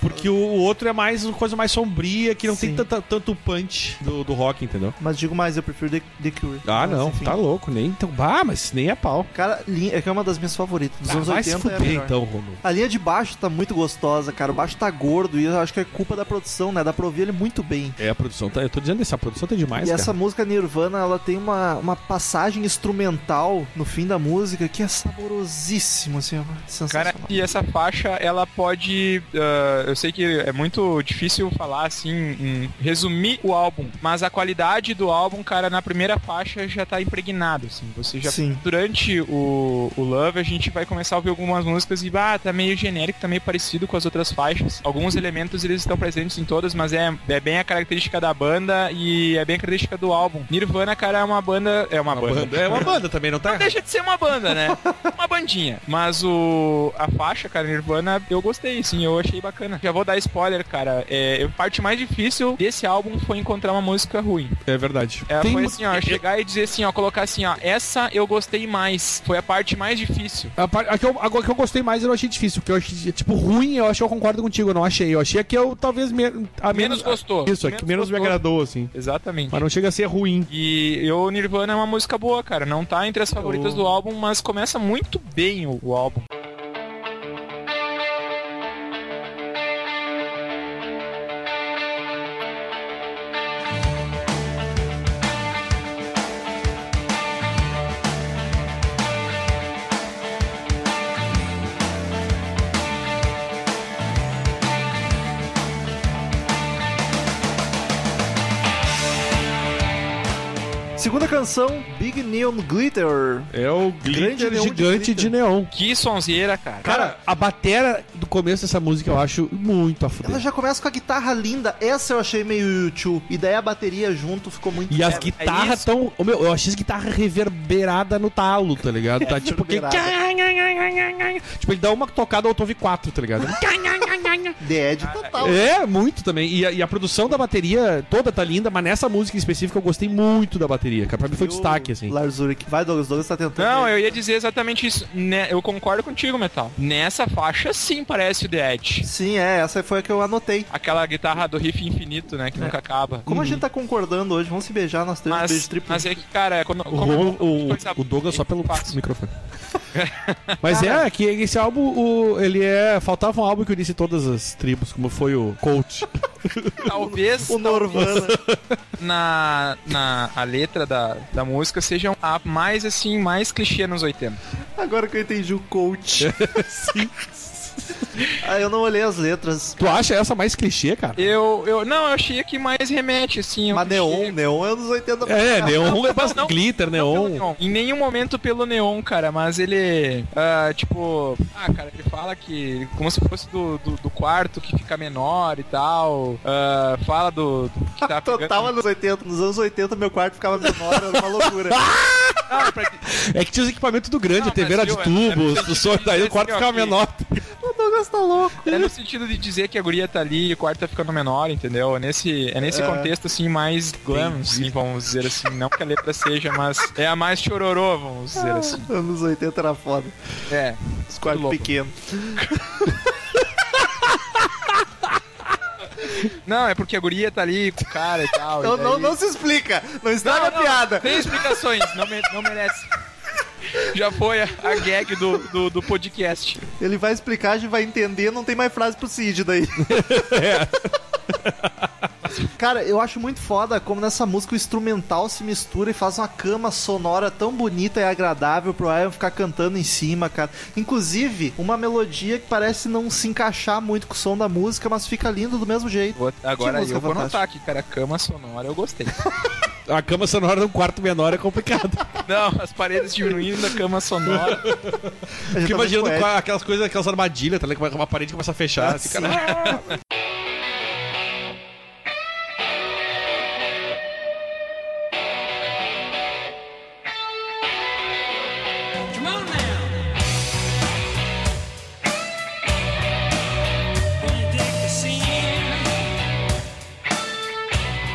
Speaker 2: Porque o outro é mais uma coisa mais sombria, que não
Speaker 1: Sim.
Speaker 2: tem tanta- tanto punch do, do rock, entendeu?
Speaker 1: Mas digo mais, eu prefiro The, The Cure.
Speaker 2: Ah,
Speaker 1: Mas,
Speaker 2: não.
Speaker 1: enfim.
Speaker 2: Tá louco, nem. Então, bah, mas nem é pau.
Speaker 1: Cara, linha- é que é uma das minhas favoritas. Dos
Speaker 2: Ah,
Speaker 1: anos
Speaker 2: vai se
Speaker 1: 80 é a
Speaker 2: fuder,
Speaker 1: melhor.
Speaker 2: então, Romulo.
Speaker 1: A linha de baixo tá muito gostosa, cara. O baixo tá gordo e eu acho que é culpa da produção, né? Dá pra ouvir ele muito bem.
Speaker 2: É, a produção tá. Eu tô dizendo isso, a produção tá demais,
Speaker 1: e
Speaker 2: cara.
Speaker 1: essa música Nirvana, ela tem uma, uma passagem instrumental no fim da música que é saborosíssimo, assim, ó.
Speaker 3: Cara,
Speaker 1: sensacional.
Speaker 3: e essa faixa, ela pode. ah, eu sei que é muito difícil falar assim, em resumir o álbum, mas a qualidade do álbum, cara, na primeira faixa já tá impregnado, assim. Você já.
Speaker 1: Sim.
Speaker 3: Durante o, o Love, a gente vai começar a ouvir algumas músicas e, ah, tá meio genérico, tá meio parecido com as outras faixas. Alguns elementos eles estão presentes em todas, mas é, é bem a característica da banda e é bem a característica do álbum. Nirvana, cara, é uma banda. É uma,
Speaker 2: Uma
Speaker 3: banda.
Speaker 2: banda- É uma banda também, não tá?
Speaker 3: Não deixa de ser uma banda, né? Uma bandinha. Mas o a faixa, cara, Nirvana, eu gostei, sim, eu achei bacana. Já vou dar spoiler, cara. É, a parte mais difícil desse álbum foi encontrar uma música ruim.
Speaker 2: É verdade.
Speaker 3: É,
Speaker 2: Tem
Speaker 3: foi
Speaker 2: mu-
Speaker 3: assim, ó, chegar e dizer assim, ó, colocar assim, ó, essa eu gostei mais. Foi a parte mais difícil.
Speaker 2: A, par- a que eu, a que eu gostei mais eu não achei difícil, porque eu achei, tipo, ruim, eu acho que eu concordo contigo, eu não achei. Eu achei a que eu talvez me, a
Speaker 3: Menos
Speaker 2: menos,
Speaker 3: gostou.
Speaker 2: Isso, a que menos me
Speaker 3: gostou.
Speaker 2: agradou, assim.
Speaker 3: Exatamente.
Speaker 2: Mas não chega a ser ruim.
Speaker 3: E eu, Nirvana é uma música boa, cara. Não tá entre as favoritas do álbum, mas começa muito bem o, o álbum.
Speaker 1: Segunda Segunda canção, Big Neon Glitter.
Speaker 2: É o
Speaker 1: Grande
Speaker 2: glitter
Speaker 1: neon de
Speaker 2: gigante
Speaker 1: glitter.
Speaker 2: de neon.
Speaker 3: Que sonzeira, cara.
Speaker 2: Cara, a batera do começo dessa música eu acho muito a fuder.
Speaker 1: Ela já começa com a guitarra linda. Essa eu achei meio YouTube. E daí a bateria junto ficou muito.
Speaker 2: E as
Speaker 1: É,
Speaker 3: é
Speaker 2: guitarras
Speaker 3: isso.
Speaker 2: tão. Ô, meu, eu achei as guitarras reverberadas no talo, tá ligado? Tá tipo que. Tipo, ele dá uma tocada, outro ouve quatro, tá ligado?
Speaker 1: The Edge total.
Speaker 2: É, muito também. E a, e a produção da bateria toda tá linda, mas nessa música em específico eu gostei muito da bateria, cara. Pra mim foi
Speaker 1: E o
Speaker 2: destaque, assim.
Speaker 1: Lars Ulrich. Vai, Douglas. Douglas tá tentando.
Speaker 3: Não, eu ia dizer exatamente isso. Né, Eu concordo contigo, Metal. Nessa faixa, sim, parece o The Edge.
Speaker 1: Sim, é. Essa foi a que eu anotei.
Speaker 3: Aquela guitarra do riff infinito, né?
Speaker 2: É.
Speaker 3: Que nunca acaba.
Speaker 2: assim?
Speaker 1: Como a gente tá concordando hoje, vamos se beijar nós três. beijo
Speaker 3: Mas,
Speaker 1: triplo.
Speaker 3: mas é que, cara, quando,
Speaker 2: O,
Speaker 3: como é
Speaker 2: Romulo-
Speaker 3: bom
Speaker 2: o,
Speaker 3: coisa
Speaker 2: o Douglas só pelo
Speaker 3: fácil.
Speaker 2: microfone. Mas é, que esse álbum, o- ele é. Faltava um álbum que unisse todas as tribos, como foi o Coach.
Speaker 3: Talvez
Speaker 1: O Norvana.
Speaker 3: na, na a letra da, da música seja a mais, assim, mais clichê nos 80.
Speaker 1: Agora que eu entendi o coach. Ah, eu não olhei as letras.
Speaker 2: Tu acha essa mais clichê, cara?
Speaker 3: Eu, eu, não, eu achei que mais remete, assim. ao
Speaker 1: Mas
Speaker 3: clichê.
Speaker 1: Neon, Neon é anos 80.
Speaker 2: É, neon é bastante
Speaker 3: não,
Speaker 2: glitter,
Speaker 3: Pelo
Speaker 2: neon.
Speaker 3: neon. Em nenhum momento pelo neon, cara, mas ele. ah, tipo. Ah, cara, ele fala que. Como se fosse do, do, do quarto que fica menor e tal. ah, fala do. do que tá
Speaker 1: Total
Speaker 3: pegando-
Speaker 1: anos 80. Nos anos 80, meu quarto ficava menor, era uma loucura.
Speaker 3: Ah, pra-
Speaker 2: É que tinha os equipamentos do grande,
Speaker 3: Não,
Speaker 2: a TV era
Speaker 3: mas
Speaker 2: de
Speaker 3: viu, é-
Speaker 2: tubo,
Speaker 3: é-
Speaker 2: o som daí o quarto
Speaker 3: assim, ó,
Speaker 2: ficava
Speaker 3: que-
Speaker 2: menor.
Speaker 1: o Douglas tá louco.
Speaker 3: É no sentido de dizer que a guria tá ali e o quarto tá ficando menor, entendeu? É nesse, é nesse
Speaker 1: É.
Speaker 3: contexto, assim, mais glam, assim, vamos dizer assim. Não que a letra seja, mas é a mais chororô, vamos dizer assim.
Speaker 1: Anos 80 era foda.
Speaker 3: É.
Speaker 1: Os quartos
Speaker 3: Louco.
Speaker 1: pequenos.
Speaker 3: Não, é porque a guria tá ali com o cara e tal. e
Speaker 1: Não, não,
Speaker 3: daí-
Speaker 1: não se explica. Não
Speaker 3: Não,
Speaker 1: estraga a
Speaker 3: não,
Speaker 1: piada.
Speaker 3: Tem explicações, não, me- não merece. Já foi a, a gag do, do, do podcast.
Speaker 1: Ele vai explicar, a gente vai entender, não tem mais frase pro Cid daí. Cara, eu acho muito foda como nessa música o instrumental se mistura e faz uma cama sonora tão bonita e agradável pro Iron ficar cantando em cima, cara. Inclusive, uma melodia que parece não se encaixar muito com o som da música, mas fica lindo do mesmo jeito.
Speaker 3: Vou- agora
Speaker 1: música
Speaker 3: eu vou
Speaker 1: fantástica.
Speaker 3: notar aqui, cara, cama sonora eu gostei.
Speaker 2: A cama sonora num quarto menor é complicado.
Speaker 3: Não, as paredes diminuindo, a cama sonora.
Speaker 1: A gente
Speaker 2: Fico
Speaker 1: tá muito
Speaker 2: imaginando
Speaker 1: poético.
Speaker 2: qua- aquelas coisas, aquelas armadilhas, tá ligado? Uma parede começa a fechar, assim, cara.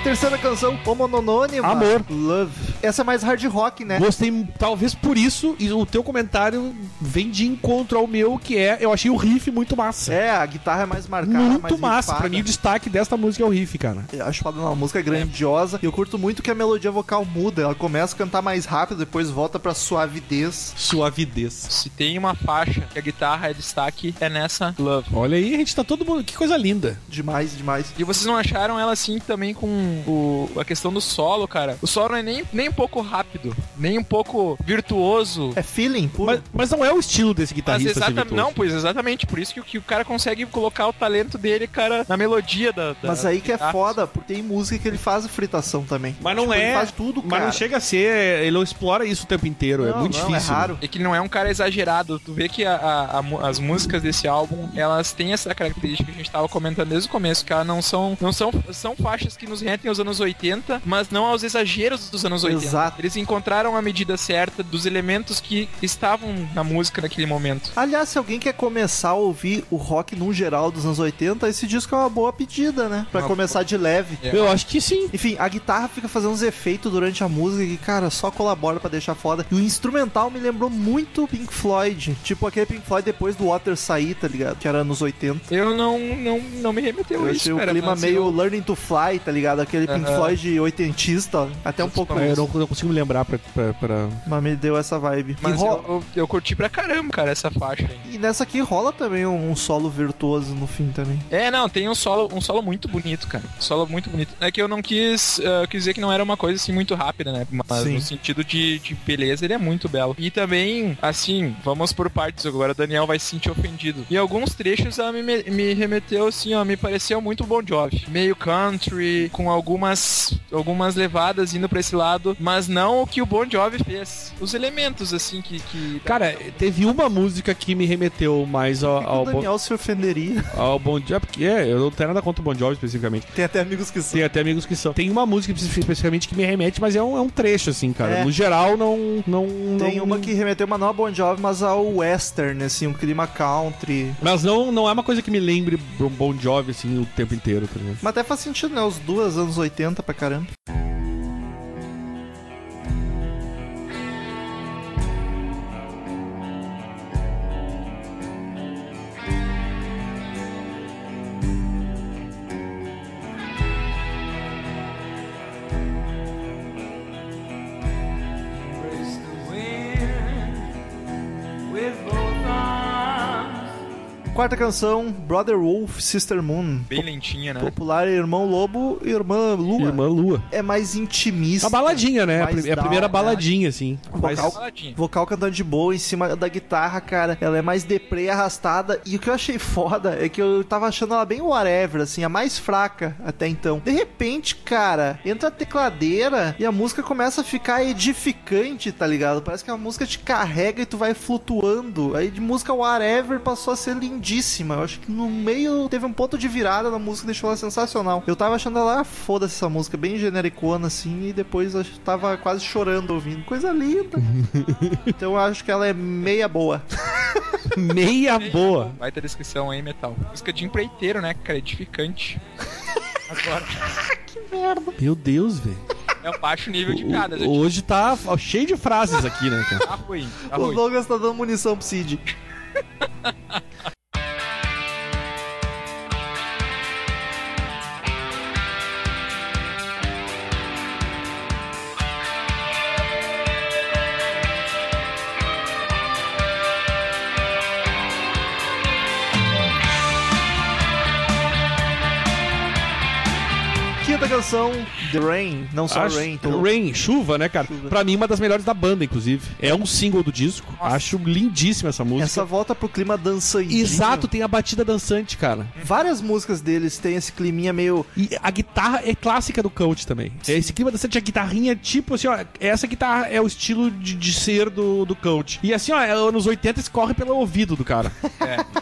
Speaker 1: Terceira canção, Homononônima.
Speaker 2: Amor.
Speaker 1: Love. Essa é mais hard rock, né?
Speaker 2: Gostei, talvez por isso, e o teu comentário vem de encontro ao meu, que é, eu achei o riff muito massa.
Speaker 1: É, a guitarra é mais marcada,
Speaker 2: muito
Speaker 1: mais
Speaker 2: massa.
Speaker 1: rifada.
Speaker 2: Pra mim, o destaque desta música é o riff, cara.
Speaker 1: Eu acho foda, não, a música é grandiosa. E eu curto muito que a melodia vocal muda. Ela começa a cantar mais rápido, depois volta pra suavidez.
Speaker 2: Suavidez.
Speaker 3: Se tem uma faixa que a guitarra é destaque, é nessa Love.
Speaker 2: Olha aí, a gente tá todo mundo. Que coisa linda.
Speaker 1: Demais, demais.
Speaker 3: E vocês não acharam ela assim também com o, a questão do solo, cara? O solo não é nem, nem um pouco rápido, nem um pouco virtuoso.
Speaker 1: É feeling puro.
Speaker 2: Mas, mas não é o estilo desse
Speaker 3: Mas
Speaker 2: guitarrista, assim,
Speaker 3: exata...
Speaker 2: Silvio Torres.
Speaker 3: Não, pois exatamente, por isso que, o- que o cara consegue colocar o talento dele, cara, na melodia da. da-
Speaker 1: Mas aí que é
Speaker 3: da-
Speaker 1: foda, porque tem música que ele faz fritação também.
Speaker 2: Mas Ah. não
Speaker 1: Tipo,
Speaker 2: é.
Speaker 1: Ele faz tudo,
Speaker 2: mas
Speaker 1: cara.
Speaker 2: não chega a ser. Ele não explora isso o tempo inteiro. é
Speaker 1: Não,
Speaker 2: muito
Speaker 1: não,
Speaker 2: difícil.
Speaker 1: É raro.
Speaker 3: É que ele não é um cara exagerado. Tu vê que a- a- a mu- as músicas desse álbum, elas têm essa característica que a gente tava comentando desde o começo, que elas não são. Não são, são faixas que nos remetem aos anos 80, mas não aos exageros dos anos 80.
Speaker 1: Exato.
Speaker 3: Eles encontraram a medida certa dos elementos que estavam na música naquele momento.
Speaker 1: Aliás, se alguém quer começar a ouvir o rock num geral dos anos 80, esse disco é uma boa pedida, né? Pra
Speaker 3: Uma
Speaker 1: começar de leve.
Speaker 3: É.
Speaker 2: Eu acho que sim.
Speaker 1: Enfim, a guitarra fica fazendo uns efeitos durante a música que, cara, só colabora pra deixar foda. E o instrumental me lembrou muito Pink Floyd. Tipo aquele Pink Floyd depois do Water sair, tá ligado? Que era anos 80.
Speaker 3: Eu não, não, não me remeteu
Speaker 1: Eu
Speaker 3: a
Speaker 1: achei
Speaker 3: isso,
Speaker 1: o
Speaker 3: cara,
Speaker 1: clima
Speaker 3: mas
Speaker 1: meio
Speaker 3: eu-
Speaker 1: Learning to Fly, tá ligado? Aquele Pink
Speaker 3: Aham.
Speaker 1: Floyd oitentista, até um pouco
Speaker 2: Tipo, Eu
Speaker 1: isso.
Speaker 2: não, não consigo me lembrar pra. pra- pra-
Speaker 1: Mas me deu essa vibe. E,
Speaker 3: Mas
Speaker 1: ro-
Speaker 3: eu, eu, eu curti pra caramba, cara, essa faixa. aí.
Speaker 1: e nessa aqui rola também um um solo virtuoso no fim também.
Speaker 3: É, não, tem um solo, um solo muito bonito, cara. Um solo muito bonito. É que eu não quis, eh, eu quis dizer que não era uma coisa assim muito rápida, né? Mas
Speaker 1: Sim.
Speaker 3: no sentido de, de beleza, ele é muito belo. E também, assim, vamos por partes agora. O Daniel vai se sentir ofendido. Em alguns trechos ela me, me remeteu assim, ó, me pareceu muito Bon Jovi. Meio country, com algumas algumas levadas indo pra esse lado, mas não o que o Bon Jovi fez. Os elementos, assim, que. que
Speaker 2: Cara, teve uma música que me remeteu mais
Speaker 1: Por
Speaker 2: ao,
Speaker 1: que que
Speaker 2: ao,
Speaker 1: Ah, o
Speaker 2: Bon-
Speaker 1: Daniel se ofenderia.
Speaker 2: ao Bon Jovi. Porque é, eu não tenho nada contra o Bon Jovi especificamente.
Speaker 1: Tem até amigos que são.
Speaker 2: Tem até amigos que são. Tem uma música espe- especificamente que me remete, mas é um, é um trecho, assim, cara.
Speaker 1: É.
Speaker 2: No geral, não. não
Speaker 1: Tem um-
Speaker 2: não-
Speaker 1: uma que remeteu, mas não a Bon Jovi, mas ao western, assim, um clima country.
Speaker 2: Mas não, não é uma coisa que me lembre um Bon Jovi, assim, o tempo inteiro, por exemplo.
Speaker 1: Mas até faz sentido, né? Os duas anos 80 pra caramba.
Speaker 5: Embrace the wind with both arms.
Speaker 1: Quarta canção, Brother Wolf, Sister Moon.
Speaker 3: Bem lentinha, né?
Speaker 1: Popular Irmão Lobo e Irmã Lua.
Speaker 2: Irmã Lua.
Speaker 1: É mais intimista.
Speaker 2: A baladinha, né? A
Speaker 1: Mais
Speaker 2: prim- É a
Speaker 1: down,
Speaker 2: primeira
Speaker 1: né?
Speaker 2: baladinha, assim. Mas-
Speaker 1: vocal,
Speaker 3: Baladinha.
Speaker 1: vocal cantando de boa em cima da guitarra, cara. Ela é mais deprê, arrastada. E o que eu achei foda é que eu tava achando ela bem whatever, assim, a mais fraca até então. De repente, cara, entra a tecladeira e a música começa a ficar edificante, tá ligado? Parece que a música te carrega e tu vai flutuando. Aí de música whatever passou a ser lindíssima. Eu acho que no meio teve um ponto de virada na música, deixou ela sensacional. Eu tava achando ela ah, foda-se essa música, bem genericona assim, e depois eu ach- tava quase chorando ouvindo. Coisa linda. Então eu acho que ela é meia boa.
Speaker 2: Meia boa.
Speaker 3: Vai ter descrição aí, metal. Música de empreiteiro, né, cara? Edificante. Agora,
Speaker 2: Meu Deus, velho.
Speaker 3: é o baixo nível de
Speaker 2: O-
Speaker 3: piadas.
Speaker 2: o- Hoje tá f- cheio de frases aqui, né, cara?
Speaker 3: Tá ruim, tá
Speaker 1: o
Speaker 3: ruim.
Speaker 1: Douglas tá dando munição pro Cid. Quinta canção, The Rain, não só
Speaker 2: Acho-
Speaker 1: Rain, todo
Speaker 2: Rain, chuva, né, cara?
Speaker 1: Chuva.
Speaker 2: Pra mim, uma das melhores da banda, inclusive. É um single do disco. Acho lindíssima essa música.
Speaker 1: Essa volta pro clima dançante.
Speaker 2: Exato, tem a batida dançante, cara.
Speaker 1: Várias músicas deles têm esse climinha meio.
Speaker 2: E a guitarra é clássica do Coach também. É Esse clima dançante, a guitarrinha, tipo assim, ó. Essa guitarra é o estilo de, de ser do, do Coach. E assim, ó, é anos 80 escorre pelo ouvido do cara.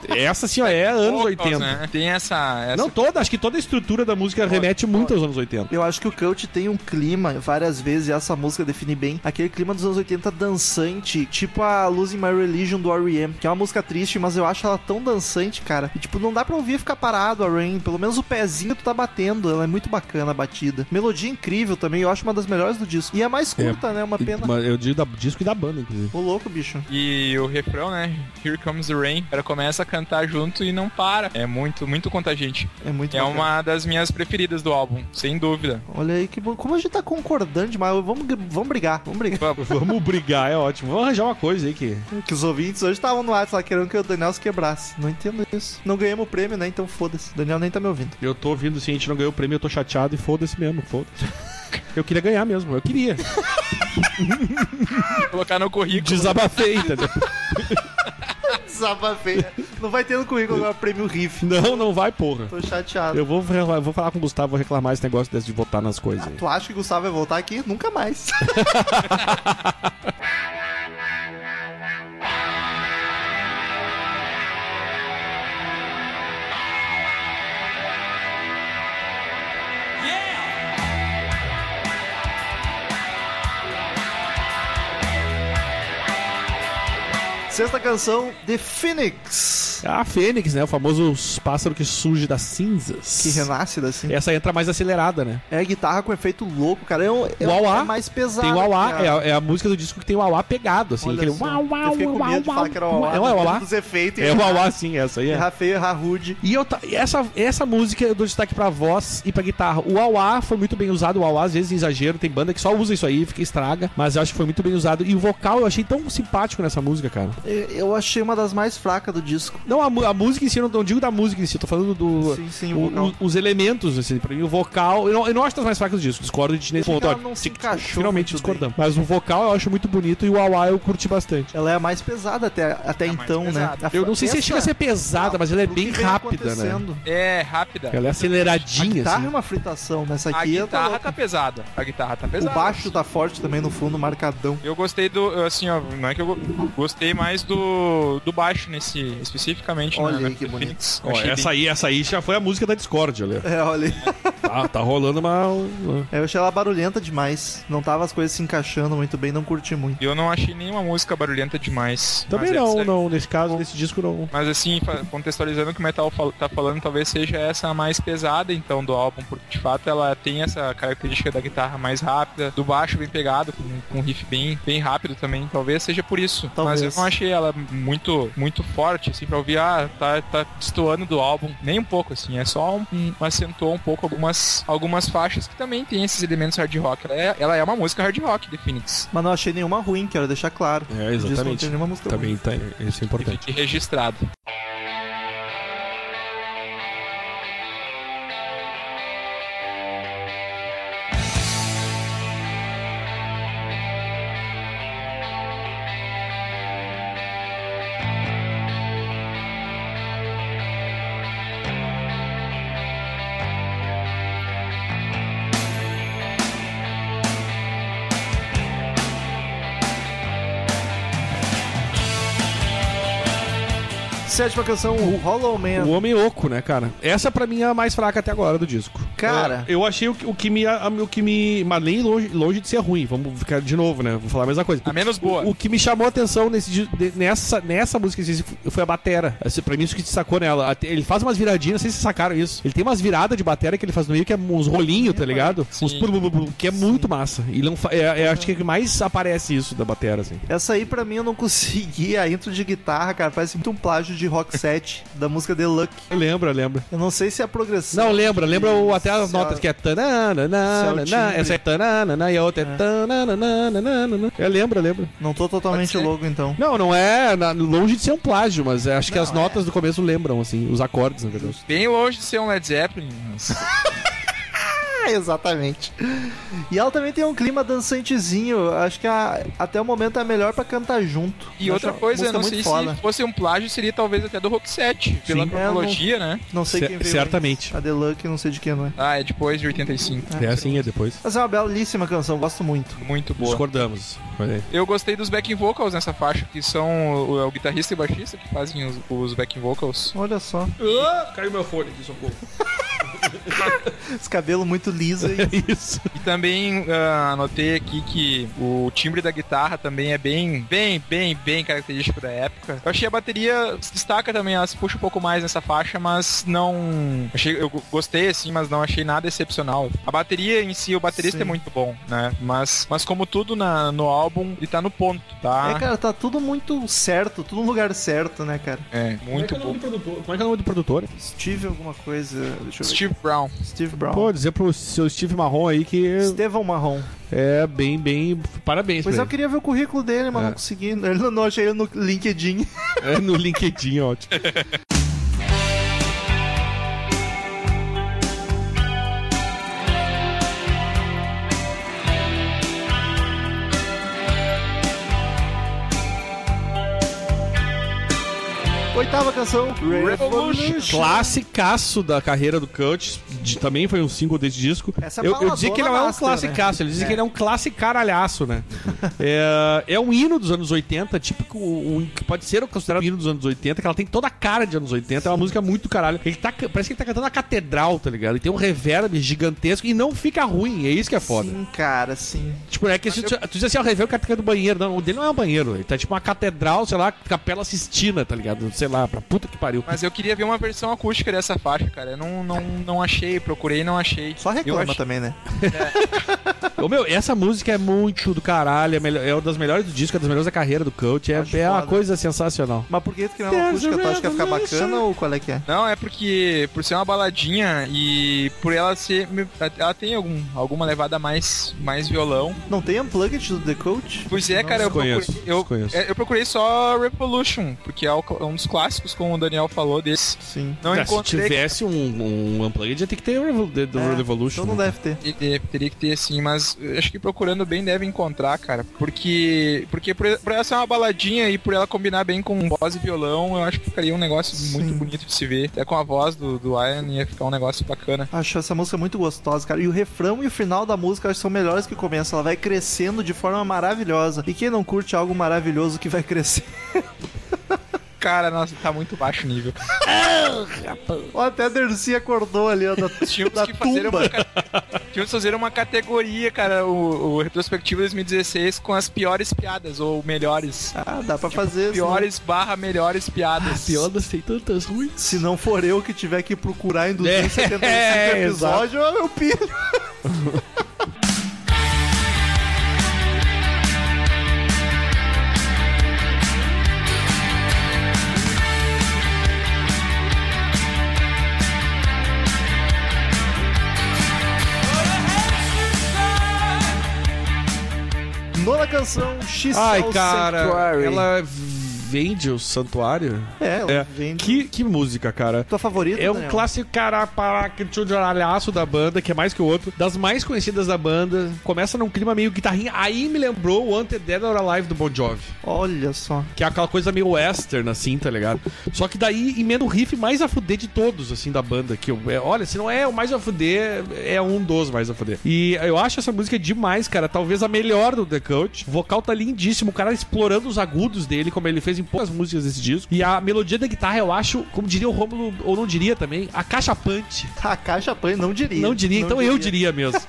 Speaker 2: Essa, assim, ó, é anos
Speaker 3: Vocals,
Speaker 2: 80.
Speaker 3: né? Tem essa. essa
Speaker 2: Não toda, acho que toda a estrutura da música remete muito aos anos 80.
Speaker 1: Eu acho que o Cult tem um clima, várias vezes, e essa música define bem, aquele clima dos anos 80 dançante, tipo a Losing My Religion do R.E.M., que é uma música triste, mas eu acho ela tão dançante, cara. E, tipo, não dá pra ouvir e ficar parado a Rain, pelo menos o pezinho tu tá batendo, ela é muito bacana a batida. Melodia incrível também, eu acho uma das melhores do disco. E é mais curta, né? Uma pena.
Speaker 2: Mas eu digo da- disco e da banda, inclusive.
Speaker 1: Ô louco, bicho.
Speaker 3: E o refrão, né? Here comes the rain. Ela começa a cantar junto e não para. É muito, muito contagiante.
Speaker 1: É muito
Speaker 3: É
Speaker 1: bacana.
Speaker 3: uma das minhas preferidas do álbum, sem dúvida.
Speaker 1: Olha aí que bom. Como a gente tá concordando demais, vamos, vamos brigar, vamos brigar.
Speaker 2: Vamos brigar, é ótimo. Vamos arranjar uma coisa aí que.
Speaker 1: Que os ouvintes hoje estavam no WhatsApp lá querendo que o Daniel se quebrasse. Não entendo isso. Não ganhamos o prêmio, né? Então foda-se. O Daniel nem tá me ouvindo.
Speaker 2: Eu tô ouvindo, se a gente não ganhou o prêmio, eu tô chateado e foda-se mesmo, foda-se. Eu queria ganhar mesmo, eu queria.
Speaker 3: Colocar no currículo.
Speaker 2: Desabafei, entendeu?
Speaker 1: Desabafei. Não vai ter no currículo agora prêmio RIF.
Speaker 2: Não, não vai, porra.
Speaker 1: Tô chateado.
Speaker 2: Eu vou, eu vou falar com o Gustavo, vou reclamar esse negócio desse de votar nas coisas aí.
Speaker 1: Tu acha que o Gustavo vai voltar aqui? Nunca mais. Sexta canção, The Phoenix.
Speaker 2: A Fênix, né? O famoso pássaro que surge das cinzas.
Speaker 1: Que renasce da cinza.
Speaker 2: Essa entra mais acelerada, né?
Speaker 1: É guitarra com efeito louco, cara. É, um, é,
Speaker 2: O auá.
Speaker 1: é mais pesado.
Speaker 2: ah. tem o auá,
Speaker 1: cara.
Speaker 2: é a, é a música do disco que tem o auá pegado, assim.
Speaker 1: Olha
Speaker 2: Aquele
Speaker 1: só.
Speaker 2: uau, uau,
Speaker 1: Eu fiquei com
Speaker 2: uau,
Speaker 1: medo de
Speaker 2: uau.
Speaker 1: falar que era o auá.
Speaker 2: É o
Speaker 1: por causa
Speaker 2: auá.
Speaker 1: dos efeitos. e
Speaker 2: É o auá, sim, essa aí é.
Speaker 1: Errar feio, errar rude.
Speaker 2: E eu ta- e essa, essa música eu dou destaque pra voz e pra guitarra. O Auá foi muito bem usado, o Auá às vezes é exagero, tem banda que só usa isso aí, fica estraga, mas eu acho que foi muito bem usado. E o vocal eu achei tão simpático nessa música, cara.
Speaker 1: Eu É, eu achei uma das mais fracas do disco.
Speaker 2: Não, a, mu- a música em si, eu não, não digo da música em si, eu tô falando do.
Speaker 1: Sim, sim, o
Speaker 2: o-
Speaker 1: vocal.
Speaker 2: o- os elementos, assim, pra mim, o vocal. Eu não, eu não acho das mais fracas do disco, discordo de ti nesse
Speaker 1: Ela
Speaker 2: ponto. ó,
Speaker 1: não se
Speaker 2: tic-
Speaker 1: encaixou
Speaker 2: Finalmente
Speaker 1: muito bem.
Speaker 2: discordamos. Mas o vocal eu acho muito bonito e o Awa eu curti bastante.
Speaker 1: Ela é a mais pesada até, até
Speaker 3: mais
Speaker 1: então, né?
Speaker 3: pesada.
Speaker 1: A
Speaker 2: Eu não sei se
Speaker 1: essa-
Speaker 2: chega a ser pesada, mas ela é
Speaker 1: pro que
Speaker 2: bem
Speaker 1: vem
Speaker 2: rápida, né?
Speaker 1: acontecendo.
Speaker 3: É, rápida.
Speaker 2: Ela é
Speaker 1: A
Speaker 2: aceleradinha,
Speaker 1: guitarra é
Speaker 2: assim.
Speaker 1: uma fritação, nessa
Speaker 3: A
Speaker 1: é aqui. eu tô
Speaker 3: guitarra
Speaker 1: louco.
Speaker 3: tá pesada. A guitarra tá
Speaker 1: O
Speaker 3: pesada.
Speaker 1: baixo tá forte também no fundo, marcadão.
Speaker 3: Eu gostei do. Assim, ó, não é que eu go- gostei mais do, do baixo nesse. Especificamente,
Speaker 1: Olha
Speaker 3: né?
Speaker 1: aí que bonito.
Speaker 3: Phoenix.
Speaker 2: Ó,
Speaker 3: Achei bem-
Speaker 2: essa aí, essa aí já foi a música da Discord, olha.
Speaker 1: É, olha aí.
Speaker 2: Tá, tá rolando uma. uma-
Speaker 1: É, Eu achei ela barulhenta demais. Não tava as coisas se encaixando muito bem, não curti muito.
Speaker 3: Eu não achei nenhuma música barulhenta demais.
Speaker 2: Também
Speaker 3: mas
Speaker 2: não,
Speaker 3: essa-
Speaker 2: não. Nesse caso, nesse disco não.
Speaker 3: Mas assim, fa- contextualizando o que o Metal fal- tá falando, talvez seja essa a mais pesada então do álbum, porque de fato ela tem essa característica da guitarra mais rápida, do baixo bem pegado, com, com um riff bem, bem rápido também, talvez seja por isso.
Speaker 1: Talvez.
Speaker 3: Mas eu não achei ela muito muito forte, assim, pra ouvir, ah, tá, tá destoando do álbum, nem um pouco, assim, é só um, um acentuou um pouco algumas, algumas faixas que também tem esses elementos hard rock. Ela é, ela é uma música hard rock de Phoenix.
Speaker 1: Mas não achei nenhuma ruim, quero deixar claro. Disso
Speaker 2: É,
Speaker 1: Não tem
Speaker 2: exatamente.
Speaker 1: nenhuma música ruim.
Speaker 2: Também tá. Isso é
Speaker 3: E
Speaker 2: importante.
Speaker 3: fique registrado.
Speaker 1: Sétima canção, o Hollow Man.
Speaker 2: O Homem Oco, né, cara? Essa pra mim é a mais fraca até agora do disco.
Speaker 1: Cara.
Speaker 2: É, Eu, eu achei o, que- o que me. a- O que me. Mas nem longe, longe de ser ruim. Vamos ficar de novo, né? Vou falar a mesma coisa.
Speaker 3: A menos boa.
Speaker 2: O, o que me chamou a atenção nesse, di- de- nessa, nessa música em si foi a batera. Esse, pra mim, isso que destacou nela. Até- Ele faz umas viradinhas, não sei se vocês sacaram isso. Ele tem umas viradas de batera que ele faz no meio, que é uns rolinhos, tá ligado?
Speaker 3: Sim.
Speaker 2: Uns blu, blu, blu, blu, que é muito massa. E não, fa- é, é, acho que é que mais aparece isso da batera, assim.
Speaker 1: Essa aí pra mim eu não consegui a intro de guitarra, cara. Parece muito um plágio de rock set da música The Luck.
Speaker 2: Lembra, lembra.
Speaker 1: Eu não sei se é a progressão.
Speaker 2: Não, lembra, lembra o- até as
Speaker 1: Se a-
Speaker 2: notas que é tananana,
Speaker 1: se é o timbre.
Speaker 2: essa é tananana e a outra é tananana. É, lembra, lembra.
Speaker 1: Não tô totalmente
Speaker 3: Pode ser.
Speaker 1: louco então.
Speaker 2: Não, não é na- longe de ser um plágio, mas é, acho que
Speaker 1: Não,
Speaker 2: as notas do começo lembram, assim, os acordes, na verdade.
Speaker 3: Bem longe de ser um Led Zeppelin, mas...
Speaker 1: É, exatamente. E ela também tem um clima dançantezinho. Acho que a- até o momento é melhor pra cantar junto.
Speaker 3: E
Speaker 1: Eu
Speaker 3: outra
Speaker 1: acho uma
Speaker 3: coisa, eu
Speaker 1: música é
Speaker 3: não
Speaker 1: muito
Speaker 3: sei
Speaker 1: foda.
Speaker 3: se fosse um plágio, seria talvez até do Rock 7, pela
Speaker 1: Sim.
Speaker 3: cronologia, né?
Speaker 1: Não sei
Speaker 2: Cer-
Speaker 1: quem veio
Speaker 2: certamente.
Speaker 1: antes. A The Luck, não sei de quem, não é.
Speaker 3: Ah, é depois de 85.
Speaker 2: É assim, é depois.
Speaker 1: Mas é uma belíssima canção, gosto muito.
Speaker 3: Muito boa.
Speaker 2: Discordamos. Olha aí.
Speaker 3: Eu gostei dos backing vocals nessa faixa, que são o, é o guitarrista e o baixista que fazem os, os backing vocals.
Speaker 1: Olha só.
Speaker 2: caiu meu fone aqui, socorro.
Speaker 1: Esse cabelo muito liso e
Speaker 2: É isso.
Speaker 3: E também ah, anotei aqui que o timbre da guitarra também é bem, bem, bem, bem característico da época. Eu achei a bateria se destaca também, ela se puxa um pouco mais nessa faixa, mas não. Achei, eu go- gostei assim, mas não achei nada excepcional. A bateria em si, o baterista
Speaker 1: Sim.
Speaker 3: é muito bom, né? Mas, mas como tudo na, no álbum, ele tá no ponto,
Speaker 1: É,
Speaker 2: Ah.
Speaker 3: tá?
Speaker 1: cara, tá tudo muito certo, tudo no lugar certo, né, cara?
Speaker 3: É, muito bom.
Speaker 2: Como é que é o nome do produtor?
Speaker 1: Steve alguma coisa, deixa eu ver. Steve,
Speaker 3: Steve Brown.
Speaker 1: Brown.
Speaker 2: Pô, dizer pro seu Steve Marrom aí que
Speaker 1: Estevão Marrom.
Speaker 2: é bem, bem. Parabéns,
Speaker 1: Pois
Speaker 2: pra
Speaker 1: eu queria ver o currículo dele, mas
Speaker 2: É.
Speaker 1: não consegui. Eu não, não achei ele no LinkedIn.
Speaker 2: ele. É no LinkedIn, ótimo.
Speaker 1: Oitava canção, Revolution.
Speaker 3: Revolution.
Speaker 2: Classicaço da carreira do Kurt. de- também foi um single desse disco.
Speaker 1: Essa
Speaker 2: eu, eu
Speaker 1: baladona
Speaker 2: dizia que ele não é um
Speaker 1: master, né?
Speaker 2: classicaço, eles dizem
Speaker 1: É.
Speaker 2: que ele é um classicaralhaço, né? é, é um hino dos anos 80, típico, um, que pode ser considerado um hino dos anos 80, que ela tem toda a cara de anos 80, é uma música muito caralho. Ele tá, ca- parece que ele tá cantando a catedral, tá ligado? E tem um reverb gigantesco e não fica ruim, é isso que é foda.
Speaker 1: Sim, cara, sim.
Speaker 2: Tipo, é que se tu, tu diz é assim, ó, rever o cara que fica do banheiro. Não, o dele não é um banheiro. Ele tá tipo uma catedral, sei lá, capela Sistina, tá ligado? sei lá, pra puta que pariu.
Speaker 3: Mas eu queria ver uma versão acústica dessa faixa, cara. Eu não, não, não achei, procurei e não achei.
Speaker 1: Só
Speaker 3: eu
Speaker 1: reclama
Speaker 3: achei-
Speaker 1: também, né?
Speaker 2: Ô, meu, essa música é muito do caralho, é, melhor- é uma das melhores do disco, é uma das melhores da carreira do Coach, é,
Speaker 1: Acho
Speaker 2: é uma
Speaker 1: foda.
Speaker 2: coisa sensacional.
Speaker 1: Mas por que tu criou uma
Speaker 2: There's a
Speaker 1: acústica? Tu acha que ia ficar
Speaker 2: revolution.
Speaker 1: bacana ou qual é que é?
Speaker 3: Não, é porque por ser uma baladinha e por ela ser. Ela tem algum, alguma levada mais, mais violão.
Speaker 1: Não tem unplugged do The Coach?
Speaker 3: Pois é,
Speaker 2: Não
Speaker 3: cara, eu
Speaker 2: desconheço,
Speaker 3: procurei, eu,
Speaker 2: desconheço.
Speaker 3: é, eu procurei só Revolution, porque é o cl- um dos clássicos, como o Daniel falou, desse.
Speaker 1: Sim.
Speaker 3: Não
Speaker 2: Cara, Tá, se
Speaker 3: encontrei.
Speaker 2: tivesse um, um Unplugged, ia ter que ter o Revol- The, The
Speaker 1: É,
Speaker 2: Revolution. né?
Speaker 1: Então não deve ter.
Speaker 3: E- e- Teria que ter sim, mas eu acho que procurando bem deve encontrar, cara. Porque. Porque por, por ela ser uma baladinha e por ela combinar bem com voz e violão, eu acho que ficaria um negócio muito
Speaker 1: Sim.
Speaker 3: bonito de se ver. Até com a voz do, do Ian ia ficar um negócio bacana.
Speaker 1: Acho essa música muito gostosa, cara. E o refrão e o final da música eu acho que são melhores que o começo. Ela vai crescendo de forma maravilhosa. E quem não curte algo maravilhoso que vai crescer?
Speaker 3: Cara, nossa, tá muito baixo o nível.
Speaker 1: Ó, até a Dercy acordou ali, ó. Da...
Speaker 3: Tínhamos
Speaker 1: Da
Speaker 3: que fazer
Speaker 1: tumba.
Speaker 3: uma, ca- tínhamos que fazer uma categoria, cara, o, o retrospectivo 2016 com as piores piadas, ou melhores.
Speaker 1: Ah, dá pra
Speaker 2: Tipo,
Speaker 1: fazer.
Speaker 3: Piores barra melhores
Speaker 1: Ah,
Speaker 3: piadas.
Speaker 2: Piolas tem tantas ruins.
Speaker 1: né? Se não for eu que tiver que procurar em 275
Speaker 2: É, é,
Speaker 1: episódios, eu, eu pilho. Nona canção, X
Speaker 2: Ai,
Speaker 1: Soul
Speaker 2: cara,
Speaker 1: é Sanctuary.
Speaker 2: ela vende o santuário?
Speaker 1: É, ela
Speaker 2: É.
Speaker 1: vende.
Speaker 2: Que, que música, cara.
Speaker 1: Tua favorita,
Speaker 2: É um
Speaker 1: Daniel?
Speaker 2: clássico caraparacachudralhaço da banda, que é mais que o outro. Das mais conhecidas da banda. Começa num clima meio guitarrinha. Aí me lembrou o Ante Dead or Alive do Bon Jovi.
Speaker 1: Olha só.
Speaker 2: Que é aquela coisa meio western, assim, tá ligado? Só que daí emenda o riff mais a fuder de todos, assim, da banda. Que eu, é, olha, se não é o mais a fuder, é um dos mais a fuder. E eu acho essa música demais, cara. Talvez a melhor do The Cult. O vocal tá lindíssimo, o cara explorando os agudos dele, como ele fez em poucas músicas desse disco. E a melodia da guitarra, eu acho, como diria o Rômulo, ou não diria também, a caixa punch.
Speaker 1: A caixa pan não diria.
Speaker 2: Não diria, então eu diria mesmo.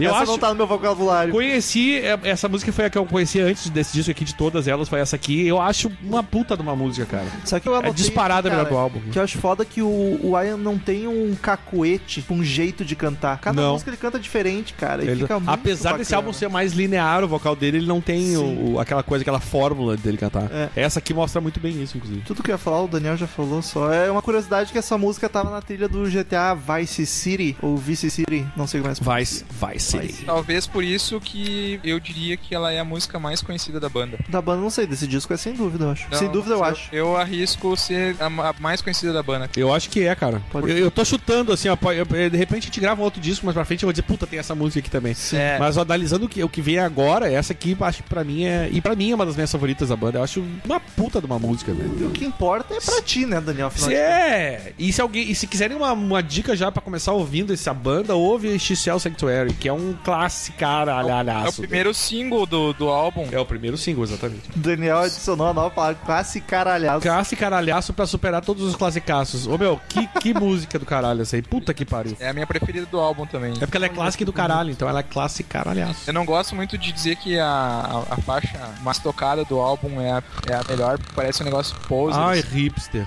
Speaker 2: Eu
Speaker 1: Essa
Speaker 2: acho.
Speaker 1: não tá no meu vocabulário.
Speaker 2: Conheci, é, essa música foi a que eu conheci antes desse disco aqui, de todas elas, foi essa aqui. Eu acho uma puta de uma música, cara.
Speaker 1: Só que eu
Speaker 2: É
Speaker 1: anotei,
Speaker 2: disparada a
Speaker 1: cara,
Speaker 2: melhor do álbum.
Speaker 1: Que eu acho foda que o, o Ian não tem um cacuete, um jeito de cantar. Cada
Speaker 2: Não.
Speaker 1: música ele canta diferente, cara. E
Speaker 2: Ele-
Speaker 1: fica muito
Speaker 2: apesar desse
Speaker 1: bacana.
Speaker 2: álbum ser mais linear, o vocal dele, ele não tem o- o- aquela coisa, aquela fórmula dele cantar.
Speaker 1: É.
Speaker 2: Essa aqui mostra muito bem isso, inclusive.
Speaker 1: Tudo que eu ia falar, o Daniel já falou só. É uma curiosidade que essa música tava na trilha do GTA Vice City, ou Vice City, não sei como é que
Speaker 2: Vai, vai ser.
Speaker 3: Talvez por isso que eu diria que ela é a música mais conhecida da banda.
Speaker 1: Da banda, não sei, desse disco é sem dúvida, eu acho.
Speaker 3: Não,
Speaker 1: sem dúvida, eu
Speaker 3: mas
Speaker 1: acho.
Speaker 3: Eu arrisco ser a ma- a mais conhecida da banda.
Speaker 2: Eu acho que é, cara.
Speaker 1: Pode-
Speaker 2: Eu, eu tô chutando, assim, ó, po- eu- eu- de repente a gente grava um outro disco, mas pra frente eu vou dizer, puta, tem essa música aqui também.
Speaker 3: É,
Speaker 2: Mas analisando o que, o que vem agora, essa aqui, acho que pra mim é. E pra mim é uma das minhas favoritas da banda. Eu acho uma puta de uma música, velho.
Speaker 1: E o que importa é pra ti, né, Daniel? Afinal
Speaker 2: Se
Speaker 1: de
Speaker 2: é, e se alguém, e se quiserem uma, uma dica já pra começar ouvindo essa banda, ouve XL Sanctuary, que é um clássico
Speaker 3: é o
Speaker 2: caralhaço.
Speaker 3: primeiro single do, do álbum.
Speaker 2: É o primeiro single, exatamente.
Speaker 1: contas, o Daniel adicionou a nova palavra, classe caralhado.
Speaker 2: Clássico caralhaço pra superar todos os classicaços. Ô meu, que, que música do caralho essa aí. Puta que pariu.
Speaker 3: É a minha preferida do álbum também.
Speaker 2: É porque ela é clássica do caralho, então ela é clássica caralhaço.
Speaker 3: Eu não gosto muito de dizer que a, a, a faixa mais tocada do álbum é a, é a melhor, porque parece um negócio poser,
Speaker 2: Ai,
Speaker 3: assim,
Speaker 2: hipster.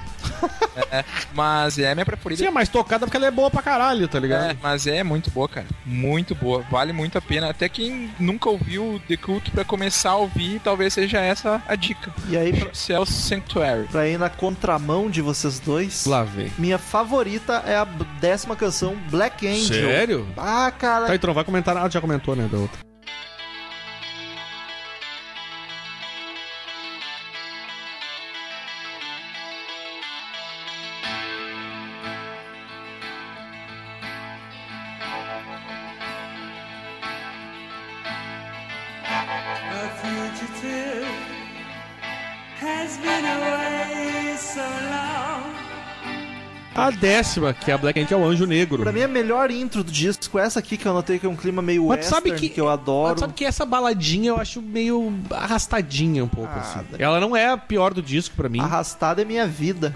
Speaker 3: mas é a minha
Speaker 2: Sim,
Speaker 3: preferida.
Speaker 2: é mais tocada porque ela é boa pra caralho, tá
Speaker 3: É,
Speaker 2: ligado?
Speaker 3: mas é muito boa, cara. Muito boa. Vale muito a pena. Até quem nunca ouviu The Cult pra começar a ouvir, talvez seja essa a dica.
Speaker 1: E aí, pra,
Speaker 3: Cell Sanctuary.
Speaker 1: pra ir na contramão de vocês dois,
Speaker 3: É.
Speaker 2: Lá vem.
Speaker 1: minha favorita é a b- décima canção, Black Angel.
Speaker 2: Sério?
Speaker 1: Ah, cara,
Speaker 2: Tá, então não vai comentar nada, já comentou, né, da outra.
Speaker 5: A fugitive has been away so long.
Speaker 2: A décima, que é a Black Ant, é o Anjo Negro.
Speaker 1: Pra mim, a melhor intro do disco é essa aqui que eu anotei que é um clima meio
Speaker 2: Mas tu
Speaker 1: western,
Speaker 2: sabe que-
Speaker 1: que eu adoro.
Speaker 2: Mas sabe que essa baladinha eu acho meio arrastadinha um pouco,
Speaker 1: Ah,
Speaker 2: assim.
Speaker 1: daí-
Speaker 2: Ela não é a pior do disco pra mim.
Speaker 1: Arrastada é minha vida.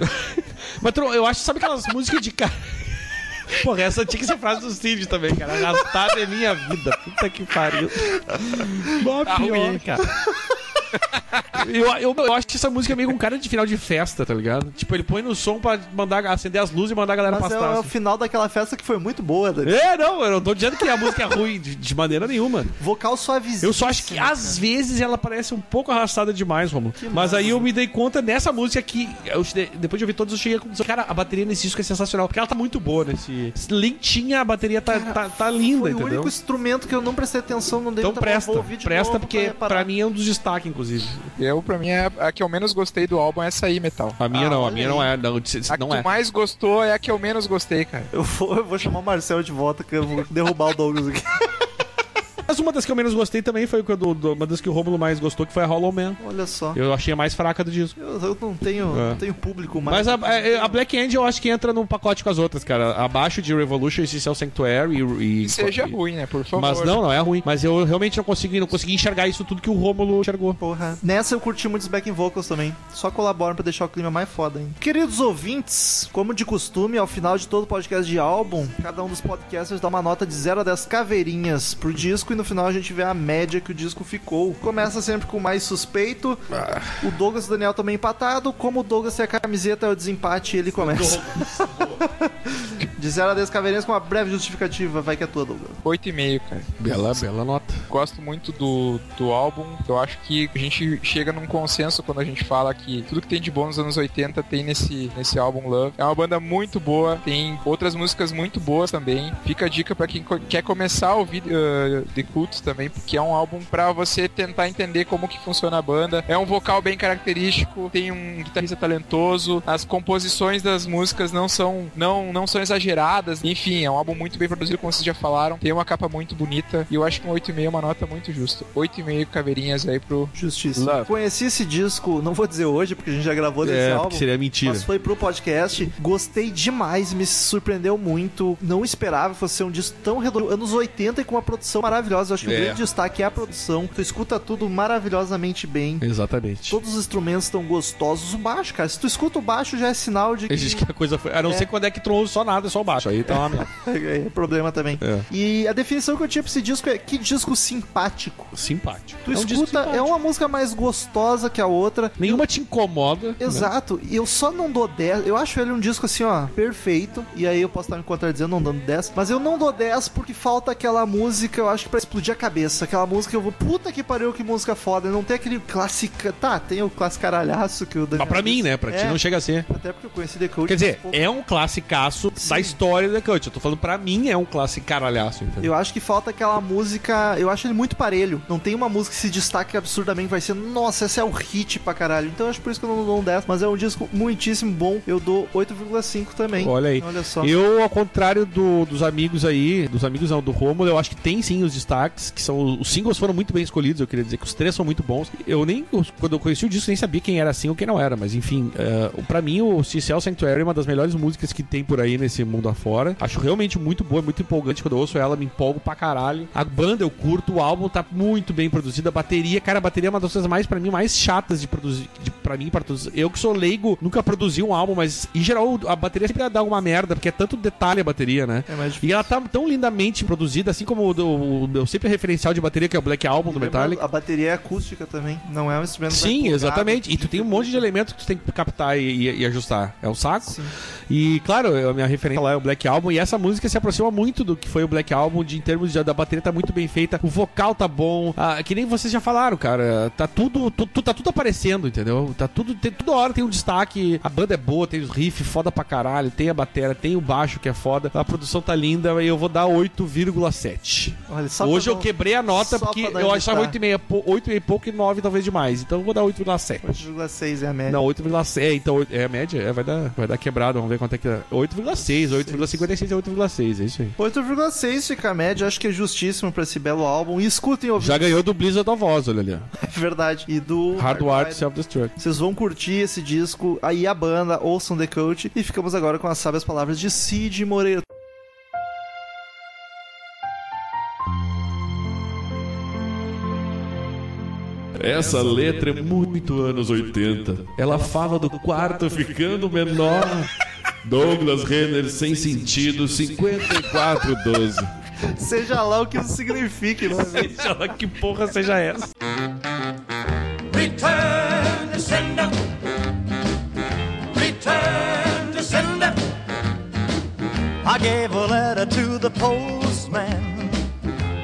Speaker 2: Mas tu não- eu acho, sabe aquelas músicas de cara. Porra, essa tinha que ser frase do Cid também, cara. Arrastada é Tá minha vida. Puta que pariu. Mó pior,
Speaker 3: ruim.
Speaker 2: cara. Eu, eu, eu acho que essa música é meio com cara de final de festa, tá ligado? Tipo, ele põe no som pra mandar, acender as luzes e mandar a galera
Speaker 1: Mas é o, é
Speaker 2: pastar. assim.
Speaker 1: o final daquela festa que foi muito boa, Dani.
Speaker 2: É, não, eu não tô dizendo que a música é ruim de, de maneira nenhuma.
Speaker 1: Vocal suavizinho.
Speaker 2: Eu só acho que às vezes ela parece um pouco arrastada demais, Romulo. Mas aí eu me dei conta nessa música que, eu che- depois de ouvir todas, eu cheguei à conclusão. Cara, a bateria nesse disco é sensacional. Porque ela tá muito boa nesse. Lentinha, a bateria tá, tá, tá linda,
Speaker 1: Foi o
Speaker 2: entendeu?
Speaker 1: único instrumento que eu não prestei atenção, não dei
Speaker 2: Então
Speaker 1: muita bola,
Speaker 2: presta,
Speaker 1: vou ouvir de
Speaker 2: presta
Speaker 1: novo
Speaker 2: porque
Speaker 1: pra
Speaker 2: pra
Speaker 1: reparar.
Speaker 2: mim é um dos destaques, inclusive.
Speaker 3: Eu, pra mim, é a que eu menos gostei do álbum é essa aí, Metal.
Speaker 2: A minha
Speaker 1: Ah,
Speaker 2: não, a
Speaker 1: olha
Speaker 2: minha
Speaker 1: aí.
Speaker 2: não é, não, se- se-
Speaker 3: A
Speaker 2: não
Speaker 3: que
Speaker 2: é.
Speaker 3: tu mais gostou é a que eu menos gostei, cara.
Speaker 1: Eu vou, eu vou chamar o Marcel de volta que eu vou derrubar o Douglas aqui.
Speaker 2: Mas uma das que eu menos gostei também foi a do- do- uma das que o Romulo mais gostou, que foi a Hollow Man.
Speaker 1: Olha só.
Speaker 2: Eu achei a mais fraca do disco.
Speaker 1: Eu, eu não tenho,
Speaker 2: É.
Speaker 1: não tenho público mais.
Speaker 2: Mas a, é, a- a Black End eu acho que entra num pacote com as outras, cara. Abaixo de Revolution, Essential Sanctuary e.
Speaker 3: Que
Speaker 2: e
Speaker 3: seja
Speaker 2: e-
Speaker 3: ruim, né? Por favor.
Speaker 2: Mas não, não é ruim. Mas eu realmente não consegui, não consegui enxergar isso tudo que o Rômulo enxergou.
Speaker 1: Porra. Nessa eu curti muitos backing vocals também. Só colaboram pra deixar o clima mais foda, hein? Queridos ouvintes, como de costume, ao final de todo podcast de álbum, cada um dos podcasters dá uma nota de 0 a 10 caveirinhas pro disco e no final a gente vê a média que o disco ficou. Começa sempre com o mais suspeito. O Douglas e o Daniel também empatado. Como o Douglas tem a camiseta, é o desempate e ele começa. de 0 a 10 caveirinhas com uma breve justificativa. Vai que é tua, Douglas.
Speaker 3: 8,5, cara.
Speaker 2: Bela, bela nota.
Speaker 3: Gosto muito do, do álbum. Eu acho que a gente chega num consenso quando a gente fala que tudo que tem de bom nos anos 80 tem nesse, nesse álbum Love. É uma banda muito boa, tem outras músicas muito boas também. Fica a dica pra quem co- quer começar a ouvir uh, The Cult também, porque é um álbum pra você tentar entender como que funciona a banda. É um vocal bem característico, tem um guitarrista talentoso, as composições das músicas não são não, não são exageradas. Enfim, é um álbum muito bem produzido, como vocês já falaram. Tem uma capa muito bonita e eu acho que um 8,5 é uma nota muito justa. 8,5 caveirinhas aí pro
Speaker 1: Justiça.
Speaker 3: Love.
Speaker 1: Conheci esse disco, não vou dizer hoje, porque a gente já gravou desse
Speaker 2: É,
Speaker 1: álbum.
Speaker 2: porque seria mentira.
Speaker 1: Mas foi pro podcast. Gostei demais, me surpreendeu muito. Não esperava que fosse ser um disco tão redondo. Anos 80 e com uma produção maravilhosa. Eu acho que
Speaker 2: É.
Speaker 1: o grande destaque é a produção. Tu escuta tudo maravilhosamente bem.
Speaker 2: Exatamente.
Speaker 1: Todos os instrumentos estão gostosos. O baixo, cara, se tu escuta o baixo já é sinal de que
Speaker 2: Eu disse que a coisa foi. A não ser quando é que trouxe só nada, só o baixo. Aí tá uma merda.
Speaker 1: é problema também.
Speaker 2: É.
Speaker 1: E a definição que eu tinha pra esse disco é que disco simpático.
Speaker 2: Simpático.
Speaker 1: Tu
Speaker 2: É um disco
Speaker 1: escuta, é
Speaker 2: simpático.
Speaker 1: uma música mais gostosa que a outra.
Speaker 2: Nenhuma te incomoda. né?
Speaker 1: Exato, e eu só não dou 10. Eu acho ele um disco assim, ó, perfeito. E aí eu posso estar me contradizendo, não dando 10. Mas eu não dou 10 porque falta aquela música, eu acho, pra explodir a cabeça. Aquela música que eu vou, puta que pariu, que música foda. Não tem aquele clássica. Tá, tem o caralhaço que o
Speaker 2: Né?
Speaker 1: Daniel.
Speaker 2: Mas pra mim,
Speaker 1: disse.
Speaker 2: né? Pra ti
Speaker 1: É,
Speaker 2: não chega a ser.
Speaker 1: Até porque eu conheci The Cult.
Speaker 2: Quer dizer,
Speaker 1: pouco.
Speaker 2: é um classicaço da história do The Cut. Eu tô falando, pra mim é um clássico caralhaço, entendeu?
Speaker 1: Eu acho que falta aquela música. Eu acho ele muito parelho. Não tem uma música que se destaque absurdamente. Vai ser, nossa, essa é o hit pra caralho. Então eu acho por isso que eu não dou um 10. Mas é um disco muitíssimo bom. Eu dou 8,5 também.
Speaker 2: Olha aí.
Speaker 1: Olha só.
Speaker 2: Eu, ao contrário do- dos amigos aí, dos amigos não, do Romulo, eu acho que tem sim os destaques, que são os singles foram muito bem escolhidos, eu queria dizer que os três são muito bons. Eu nem, os- quando eu conheci o disco, nem sabia quem era assim ou quem não era, mas enfim, eh, o- pra mim o Cicel Sanctuary é uma das melhores músicas que tem por aí nesse mundo afora. Acho realmente muito boa, muito empolgante, quando eu ouço ela me empolgo pra caralho. A banda eu curto, o álbum tá muito bem produzido, a bateria, cara, a bateria é uma das coisas mais, pra mim, mais chatas de produzir, de, pra mim, para todos. Eu que sou leigo, nunca produzi um álbum, mas em geral a bateria sempre dá alguma merda, porque é tanto detalhe a bateria, né?
Speaker 1: É mais
Speaker 2: E ela tá tão lindamente produzida, assim como o, do- o meu sempre referencial de bateria, que é o Black Album do Metallica.
Speaker 1: A bateria é acústica também, não é um instrumento mais
Speaker 2: Sim,
Speaker 1: plugado.
Speaker 2: exatamente.
Speaker 1: né?
Speaker 2: E tu tem um monte de elementos que tu tem que captar e, e- e ajustar. É um saco.
Speaker 1: Sim.
Speaker 2: E, claro, a minha referência lá é o Black Album. E essa música se aproxima muito do que foi o Black Album, de, em termos de- da bateria tá muito bem feita, o vocal tá bom. Ah, que nem vocês já falaram, cara. Tá tudo, tu, tu- tá tudo aparecendo, entendeu? Tá tudo, tem, toda hora tem um destaque. A banda é boa, tem os riffs foda pra caralho, tem a bateria, tem o baixo que é foda. A produção tá linda e eu vou dar 8,7.
Speaker 1: Olha, só
Speaker 2: Hoje
Speaker 1: pra
Speaker 2: eu
Speaker 1: não-
Speaker 2: quebrei a nota
Speaker 1: só
Speaker 2: porque
Speaker 1: pra não
Speaker 2: eu achava
Speaker 1: editar.
Speaker 2: 8,5 pou- 8,5 pouco e 9 talvez demais. Então eu vou dar 8,7.
Speaker 1: 8,6 é a média.
Speaker 2: Não, 8,6. É, então oito- é a média? É, vai dar, vai dar quebrado, vamos ver quanto é que dá. 8,6, 8,56 é 8,6, é isso aí.
Speaker 1: 8,6 fica a média, acho que é justíssimo pra esse belo álbum. E escutem,
Speaker 2: Já
Speaker 1: ouvir,
Speaker 2: ganhou do Blizzard of Oz, olha ali. ó.
Speaker 1: é verdade. E do
Speaker 2: Hardware
Speaker 1: Hardwired.
Speaker 2: Self-Destruct.
Speaker 1: Vocês vão curtir esse disco, aí a banda, ouçam The Coach. E ficamos agora com as sábias palavras de Cid Moreira.
Speaker 6: Essa letra é muito anos 80. Ela fala do quarto ficando menor. Douglas Renner sem sentido, 5412.
Speaker 1: Seja lá o que isso né, signifique, não é mesmo?
Speaker 2: Seja lá que porra seja essa.
Speaker 5: Return.
Speaker 7: gave a letter to the postman.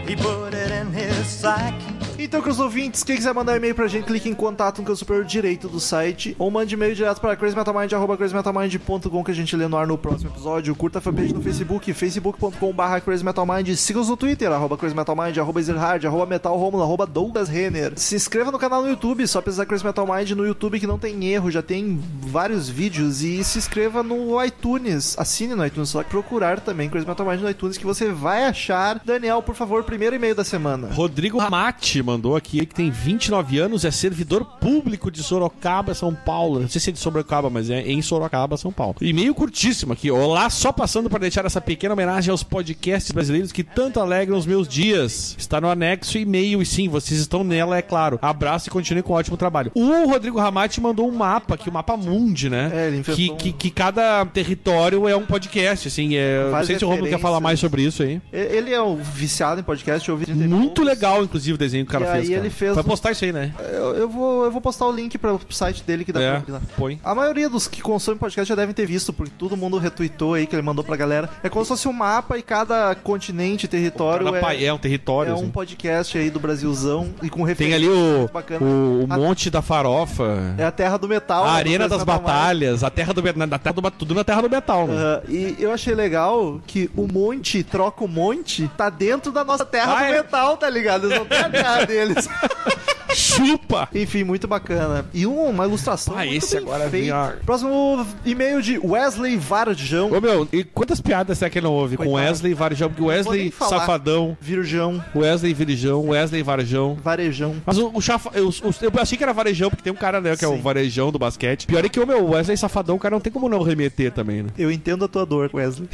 Speaker 7: He put it in his sack.
Speaker 1: Então, caros ouvintes, quem quiser mandar e-mail pra gente, clique em contato no canto superior direito do site ou mande e-mail direto para crazymetalmind, arroba crazymetalmind.com que a gente lê no ar no próximo episódio. Curta a fanpage no Facebook, facebook.com.br crazymetalmind. Siga-nos no Twitter, arroba crazymetalmind, arroba ezerhard, arroba metalromulo, arroba Douglas Renner. Se inscreva no canal no YouTube, só pesquisar Crazy Metal Mind no YouTube que não tem erro, já tem vários vídeos. E se inscreva no iTunes, assine no iTunes, só procurar também Crazy Metal Mind no iTunes que você vai achar. Daniel, por favor, primeiro e-mail da semana.
Speaker 2: Rodrigo Ramate mandou aqui, que tem 29 anos, é servidor público de Sorocaba, São Paulo. Não sei se é de Sorocaba, mas é em Sorocaba, São Paulo. E-mail curtíssimo aqui. Olá, só passando para deixar essa pequena homenagem aos podcasts brasileiros que tanto alegram os meus dias. Está no anexo e-mail, e sim, vocês estão nela, é claro. Abraço e continue com um ótimo trabalho. O Rodrigo Ramate mandou um mapa, que o mapa Mundi, né?
Speaker 1: É, ele inventou
Speaker 2: que,
Speaker 1: um-
Speaker 2: que, que cada território é um podcast, assim. É... Não
Speaker 1: Várias
Speaker 2: sei se o Romulo quer falar
Speaker 1: referências.
Speaker 2: mais sobre isso aí.
Speaker 1: E- Ele é um viciado em podcast, eu ouvi.
Speaker 2: Muito legal, inclusive, o desenho que o cara
Speaker 1: E
Speaker 2: fez.
Speaker 1: aí
Speaker 2: cara.
Speaker 1: ele fez
Speaker 2: Vai
Speaker 1: um-
Speaker 2: postar isso aí, né?
Speaker 1: Eu, eu vou, eu vou postar o link para o site dele que dá pra
Speaker 2: É,
Speaker 1: pesquisar.
Speaker 2: põe.
Speaker 1: A maioria dos que consomem podcast já devem ter visto, porque todo mundo retweetou aí que ele mandou pra galera. É como se fosse um mapa e cada continente, território
Speaker 2: Cada país
Speaker 1: é,
Speaker 2: é um território.
Speaker 1: é
Speaker 2: assim.
Speaker 1: um podcast aí do Brasilzão e com
Speaker 2: Tem
Speaker 1: referência.
Speaker 2: ali o,
Speaker 1: Bacana.
Speaker 2: o, o
Speaker 1: A-
Speaker 2: monte da farofa,
Speaker 1: É a terra do metal.
Speaker 2: a
Speaker 1: né, do
Speaker 2: arena das
Speaker 1: Brasil Metal Mind.
Speaker 2: batalhas, a terra do metal, na terra do ba- tudo na terra do metal, né?
Speaker 1: Aham, e eu achei legal que o monte troca o monte tá dentro da nossa terra
Speaker 2: Ah,
Speaker 1: do
Speaker 2: é?
Speaker 1: metal, tá ligado? Eles não têm a terra deles.
Speaker 2: Chupa!
Speaker 1: Enfim, muito bacana. E um, uma ilustração
Speaker 2: Ah,
Speaker 1: muito
Speaker 2: esse
Speaker 1: bem
Speaker 2: agora vem
Speaker 1: feita.
Speaker 2: a-
Speaker 1: Próximo e-mail de Wesley Varjão.
Speaker 2: Ô meu, e quantas piadas será que ele não ouve? Com
Speaker 1: Coitado.
Speaker 2: Wesley Varjão, porque
Speaker 1: vou nem
Speaker 2: Wesley
Speaker 1: falar.
Speaker 2: Safadão,
Speaker 1: Virjão,
Speaker 2: Wesley Virijão, Wesley Varjão.
Speaker 1: Varejão.
Speaker 2: Mas o, o Chafa. Eu, o- eu achei que era varejão, porque tem um cara, né, que é o
Speaker 1: Sim.
Speaker 2: varejão do basquete. Pior é que o meu Wesley Safadão, o cara não tem como não remeter também, né?
Speaker 1: Eu entendo a tua dor, Wesley.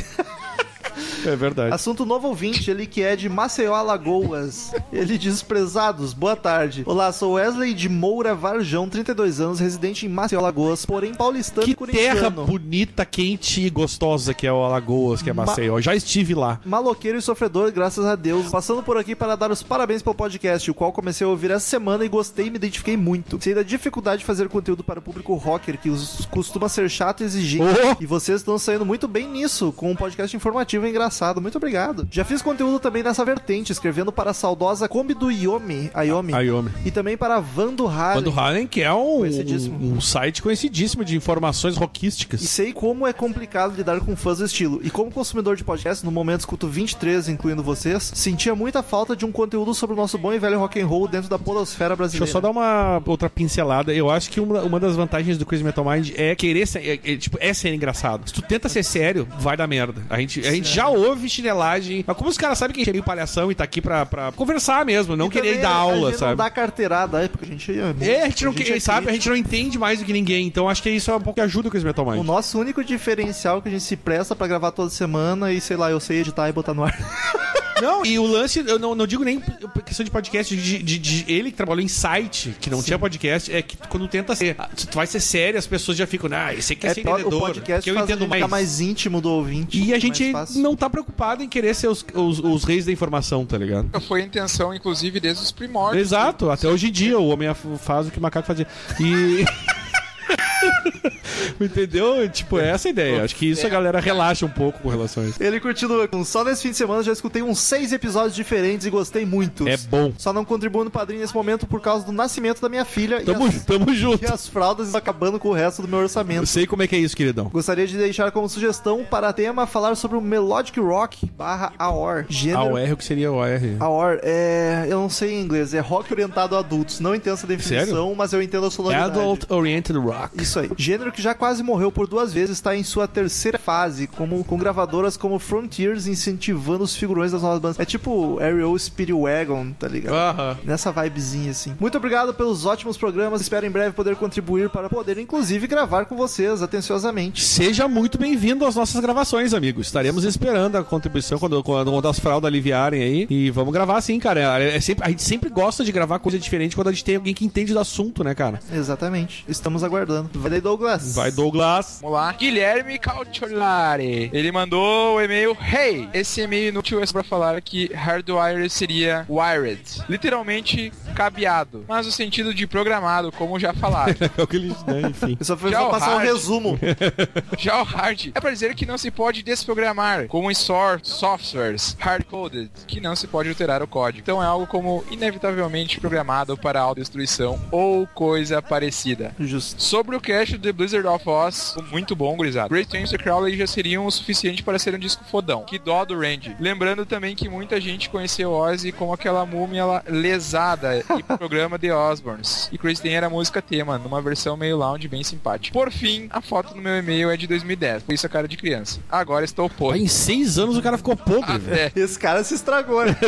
Speaker 2: É verdade.
Speaker 1: Assunto novo ouvinte, ele que é de Maceió, Alagoas. Ele diz, prezados, boa tarde. Olá, sou Wesley de Moura Varjão, 32 anos, residente em Maceió, Alagoas, porém paulistano e
Speaker 2: Que
Speaker 1: corintiano.
Speaker 2: terra bonita, quente e gostosa que é o Alagoas, que é
Speaker 1: Ma-
Speaker 2: Maceió. Já estive lá.
Speaker 1: Maloqueiro e sofredor, graças a Deus. Passando por aqui para dar os parabéns pelo podcast, o qual comecei a ouvir essa semana e gostei e me identifiquei muito. Sei da dificuldade de fazer conteúdo para o público rocker, que os- costuma ser chato e exigente.
Speaker 2: Oh!
Speaker 1: E vocês estão saindo muito bem nisso, com um podcast informativo e engraçado. Muito obrigado. Já fiz conteúdo também nessa vertente, escrevendo para a saudosa Kombi do Yomi, a Yomi,
Speaker 2: Aí, homem.
Speaker 1: e também para a Vando Halen.
Speaker 2: Quando Halen, que é um,
Speaker 1: Conhecidíssimo.
Speaker 2: um site conhecidíssimo de informações
Speaker 1: E
Speaker 2: rockísticas.
Speaker 1: sei como é complicado lidar com fãs do estilo. E como consumidor de podcast, no momento escuto 23, incluindo vocês, sentia muita falta de um conteúdo sobre o nosso bom e velho rock and roll dentro da podosfera
Speaker 2: Deixa eu
Speaker 1: brasileira.
Speaker 2: só dar um- uma outra pincelada. Eu acho que uma, uma das vantagens do Crazy Metal Mind é querer ser, é, é, tipo, é ser engraçado. Se tu tenta ser sério, vai dar merda. A gente, a gente já ouve chinelagem. Mas como os caras sabem que a gente é meio palhação e tá aqui pra, pra conversar mesmo, não
Speaker 1: E
Speaker 2: querer
Speaker 1: também
Speaker 2: dar
Speaker 1: a
Speaker 2: aula,
Speaker 1: gente
Speaker 2: sabe?
Speaker 1: Não dá carteirada, é porque a gente é.
Speaker 2: É, a gente não quer,
Speaker 1: é
Speaker 2: sabe? A
Speaker 1: crítico.
Speaker 2: gente não entende mais do que ninguém. Então acho que isso é um pouco que ajuda o Crazy Metal
Speaker 1: O
Speaker 2: Mind.
Speaker 1: nosso único diferencial é que a gente se presta pra gravar toda semana e sei lá, eu sei editar e botar no ar.
Speaker 2: Não, e o lance, eu não, não digo nem p- questão de podcast, de, de- de- ele que trabalhou em site, que não tinha podcast, é que quando tenta ser, ah, se tu vai ser sério, as pessoas já ficam, ah, esse aqui é, ser
Speaker 1: pro-
Speaker 2: entendedor,
Speaker 1: o podcast
Speaker 2: que eu
Speaker 1: faz a
Speaker 2: entendo
Speaker 1: gente
Speaker 2: mais.
Speaker 1: ficar mais íntimo do ouvinte.
Speaker 2: E a
Speaker 1: mais
Speaker 2: gente
Speaker 1: fácil.
Speaker 2: não tá preocupado em querer ser os, os- os reis da informação, tá ligado?
Speaker 3: Nunca Foi a intenção, inclusive, desde os primórdios.
Speaker 2: Exato, até hoje em dia o homem af- faz o que o macaco fazia. E. Entendeu? Tipo, é essa a ideia. Acho que isso a galera relaxa um pouco com relação a isso.
Speaker 1: Ele continua com só nesse fim de semana já escutei uns seis episódios diferentes e gostei muito.
Speaker 2: É bom.
Speaker 1: Só não contribuo no padrinho nesse momento por causa do nascimento da minha filha
Speaker 2: Tamo,
Speaker 1: e, as,
Speaker 2: tamo junto.
Speaker 1: e as fraldas estão acabando com o resto do meu
Speaker 2: Eu
Speaker 1: orçamento.
Speaker 2: sei como é que é isso, queridão.
Speaker 1: Gostaria de deixar como sugestão para tema falar sobre o Melodic Rock barra AOR. Gênero.
Speaker 2: AOR, o que seria o AOR?
Speaker 1: AOR, é. Eu não sei em inglês, é rock orientado a adultos. Não entendo essa definição, mas eu
Speaker 2: É
Speaker 1: entendo a sonoridade.
Speaker 2: Adult Oriented Rock.
Speaker 1: Isso aí. Gênero que já quase morreu por duas vezes está em sua terceira fase, como, com gravadoras como Frontiers incentivando os figurões das novas bandas. É tipo Ariel Speedwagon, tá ligado?
Speaker 2: Aham.
Speaker 1: Nessa vibezinha, assim. Muito obrigado pelos ótimos programas. Espero em breve poder contribuir para poder, inclusive, gravar com vocês atenciosamente.
Speaker 2: Seja muito bem-vindo às nossas gravações, amigo. Estaremos esperando a contribuição quando, quando, quando as fraldas aliviarem aí. E vamos gravar sim, cara. É- é sempre- a gente sempre gosta de gravar coisa diferente quando a gente tem alguém que entende do assunto, né, cara?
Speaker 1: Exatamente. Estamos aguardando. Vai daí, Douglas.
Speaker 2: Vai, Douglas.
Speaker 3: Vamos lá. Guilherme Cautiolari. Ele mandou o e-mail Hey! Esse e-mail inútil é só pra falar que hardwire seria wired. Literalmente cabeado. Mas o sentido de programado, como já falaram.
Speaker 2: É o que eles dão, enfim.
Speaker 1: Eu só fui
Speaker 3: Tchau,
Speaker 1: só passar um
Speaker 3: Hard.
Speaker 1: resumo.
Speaker 3: Já o hard é pra dizer que não se pode desprogramar, como em sor- softwares hard-coded, que não se pode alterar o código. Então é algo como inevitavelmente programado para autodestruição ou coisa parecida.
Speaker 1: Justo.
Speaker 3: Sobre o cast do The Blizzard of Oz, muito bom, gurizada. Great Games e Crowley já seriam o suficiente para ser um disco fodão. Que dó do Randy. Lembrando também que muita gente conheceu Ozzy como aquela múmia la- lesada e programa The Osborns. E Chris Dan era a música tema, numa versão meio lounge bem simpática. Por fim, a foto no meu e-mail é de 2010, por isso a cara de criança. Agora estou
Speaker 2: Pô,
Speaker 3: podre. É,
Speaker 2: em seis anos o cara ficou podre, velho.
Speaker 3: Até.
Speaker 1: Esse cara se estragou, né?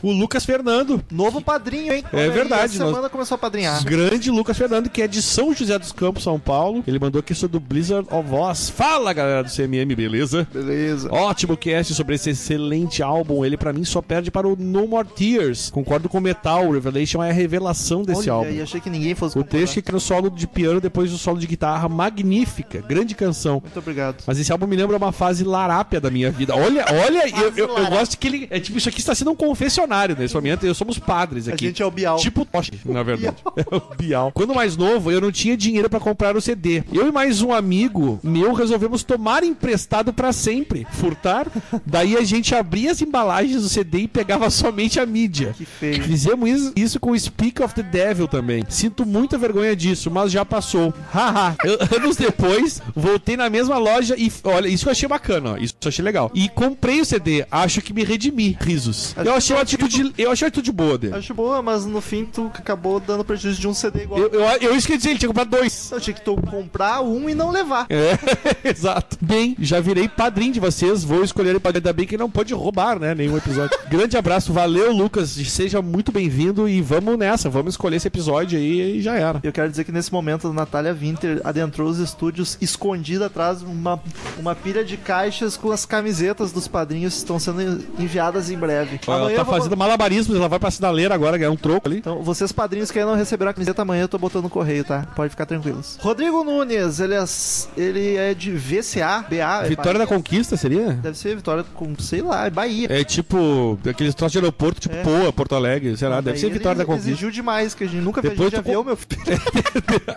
Speaker 2: O Lucas Fernando.
Speaker 1: Novo padrinho, hein? Olha aí,
Speaker 2: É verdade,
Speaker 1: Essa
Speaker 2: nós-
Speaker 1: semana começou a padrinhar.
Speaker 2: Grande Lucas Fernando, que é de São José dos Campos, São Paulo. Ele mandou aqui sobre o Blizzard of Oz. Fala, galera do CMM, beleza?
Speaker 1: Beleza.
Speaker 2: Ótimo cast sobre esse excelente álbum. Ele, pra mim, só perde para o No More Tears. Concordo com o Metal. Revelation é a revelação desse
Speaker 1: Olha,
Speaker 2: álbum.
Speaker 1: e achei que ninguém fosse
Speaker 2: O
Speaker 1: comparar.
Speaker 2: texto que cria o solo de piano depois do solo de guitarra. Magnífica. Grande canção.
Speaker 1: Muito obrigado.
Speaker 2: Mas esse álbum me lembra uma fase larápia da minha vida. Olha, olha, eu, eu, eu gosto que ele. É tipo, isso aqui está sendo um confessionário nesse momento. Eu somos padres
Speaker 1: A
Speaker 2: aqui.
Speaker 1: gente é o Bial.
Speaker 2: Tipo Toshi, na verdade. É o Bial. Quando mais novo, eu não tinha dinheiro pra comprar o CD. Eu e mais um amigo meu resolvemos tomar emprestado pra sempre, furtar. Daí a gente abria as embalagens do CD e pegava somente a mídia.
Speaker 1: Que feio.
Speaker 2: Fizemos is- isso com o Speak of the Devil também. Sinto muita vergonha disso, mas já passou. Haha. Eu- Anos depois, voltei na mesma loja e. Olha, isso eu achei bacana, ó. Isso eu achei legal. E comprei o CD. Acho que me redimi. Risos. Eu achei uma atitude, eu achei uma atitude boa dele.
Speaker 1: Acho boa, mas no fim tu acabou dando prejuízo de um CD igual.
Speaker 2: Eu, eu, eu isso que eu ia dizer, ele tinha comprado dois.
Speaker 1: Eu tinha que tu comprar um e não levar.
Speaker 2: É, exato. Bem, já virei padrinho de vocês, vou escolher o padrinho. Ainda bem que não pode roubar, né? Nenhum episódio. Grande abraço, valeu, Lucas. Seja muito bem-vindo e vamos nessa. Vamos escolher esse episódio aí e já era.
Speaker 1: Eu quero dizer que nesse momento a Natália Winter adentrou os estúdios escondida atrás de uma, uma pilha de caixas com as camisetas dos padrinhos que estão sendo enviadas em breve.
Speaker 2: Ela
Speaker 1: Amanhã
Speaker 2: tá
Speaker 1: eu vou-
Speaker 2: fazendo malabarismos, ela vai pra sinaleira agora, ganhar um troco ali.
Speaker 1: Então, vocês padrinhos que ainda não receberam a camiseta amanhã, eu tô botando no correio, tá? Pode ficar tranquilos. Rodrigo Nunes, ele é, ele é de VCA, BA. é
Speaker 2: Vitória da
Speaker 1: Bahia?
Speaker 2: Conquista seria?
Speaker 1: Deve ser Vitória com, sei lá, é Bahia.
Speaker 2: É tipo aqueles troços de aeroporto, tipo
Speaker 1: É.
Speaker 2: Poa, Porto Alegre, sei lá,
Speaker 1: Daí
Speaker 2: Ah, deve ser
Speaker 1: ele
Speaker 2: Vitória da Conquista.
Speaker 1: exigiu demais, que a gente nunca
Speaker 2: Depois
Speaker 1: fez de
Speaker 2: tu
Speaker 1: avião, meu filho.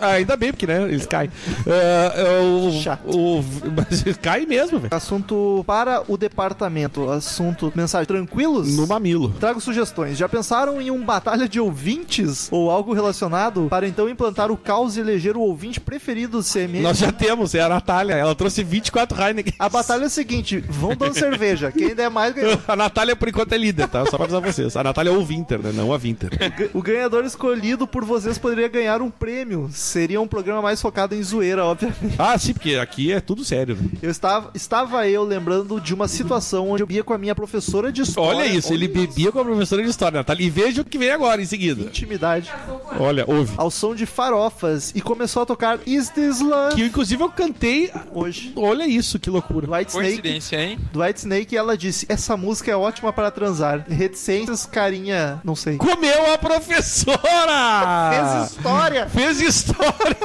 Speaker 2: Ainda bem, porque, né, eles caem. Ah, é o-
Speaker 1: Chato.
Speaker 2: o, mas eles caem mesmo, velho.
Speaker 1: Assunto para o departamento. Assunto, mensagem. Tranquilos?
Speaker 2: No mamilo.
Speaker 1: Trago sugestões. Já pensaram em um batalha de ouvintes ou algo relacionado para então implantar o caos e eleger o ouvinte preferido do CMM?
Speaker 2: Nós já temos, é a Natália. Ela trouxe 24 Heineken.
Speaker 1: A batalha é a seguinte: vão dando cerveja. Quem der mais ganhou.
Speaker 2: A Natália, por enquanto, é líder, tá? Só pra avisar vocês. A Natália é o Winter, né? Não a Winter.
Speaker 1: O ganhador escolhido por vocês poderia ganhar um prêmio. Seria um programa mais focado em zoeira, obviamente.
Speaker 2: Ah, sim, porque aqui é tudo sério. né?
Speaker 1: Eu estava, estava eu lembrando de uma situação onde eu ia com a minha professora de história.
Speaker 2: Olha isso, ele bebia com a professora de história, Natália. E veja o que vem agora em seguida.
Speaker 1: Intimidade.
Speaker 2: Olha, ouve.
Speaker 1: Ao som de farofas e começou a tocar Is This Love
Speaker 2: Que eu, inclusive eu cantei.
Speaker 1: hoje.
Speaker 2: Olha isso, que loucura.
Speaker 1: White Snake
Speaker 3: Coincidência, hein?
Speaker 1: do White Snake, ela disse: Essa música é ótima para transar. Reticências, carinha, não sei.
Speaker 2: Comeu a professora!
Speaker 1: Fez história!
Speaker 2: Fez história!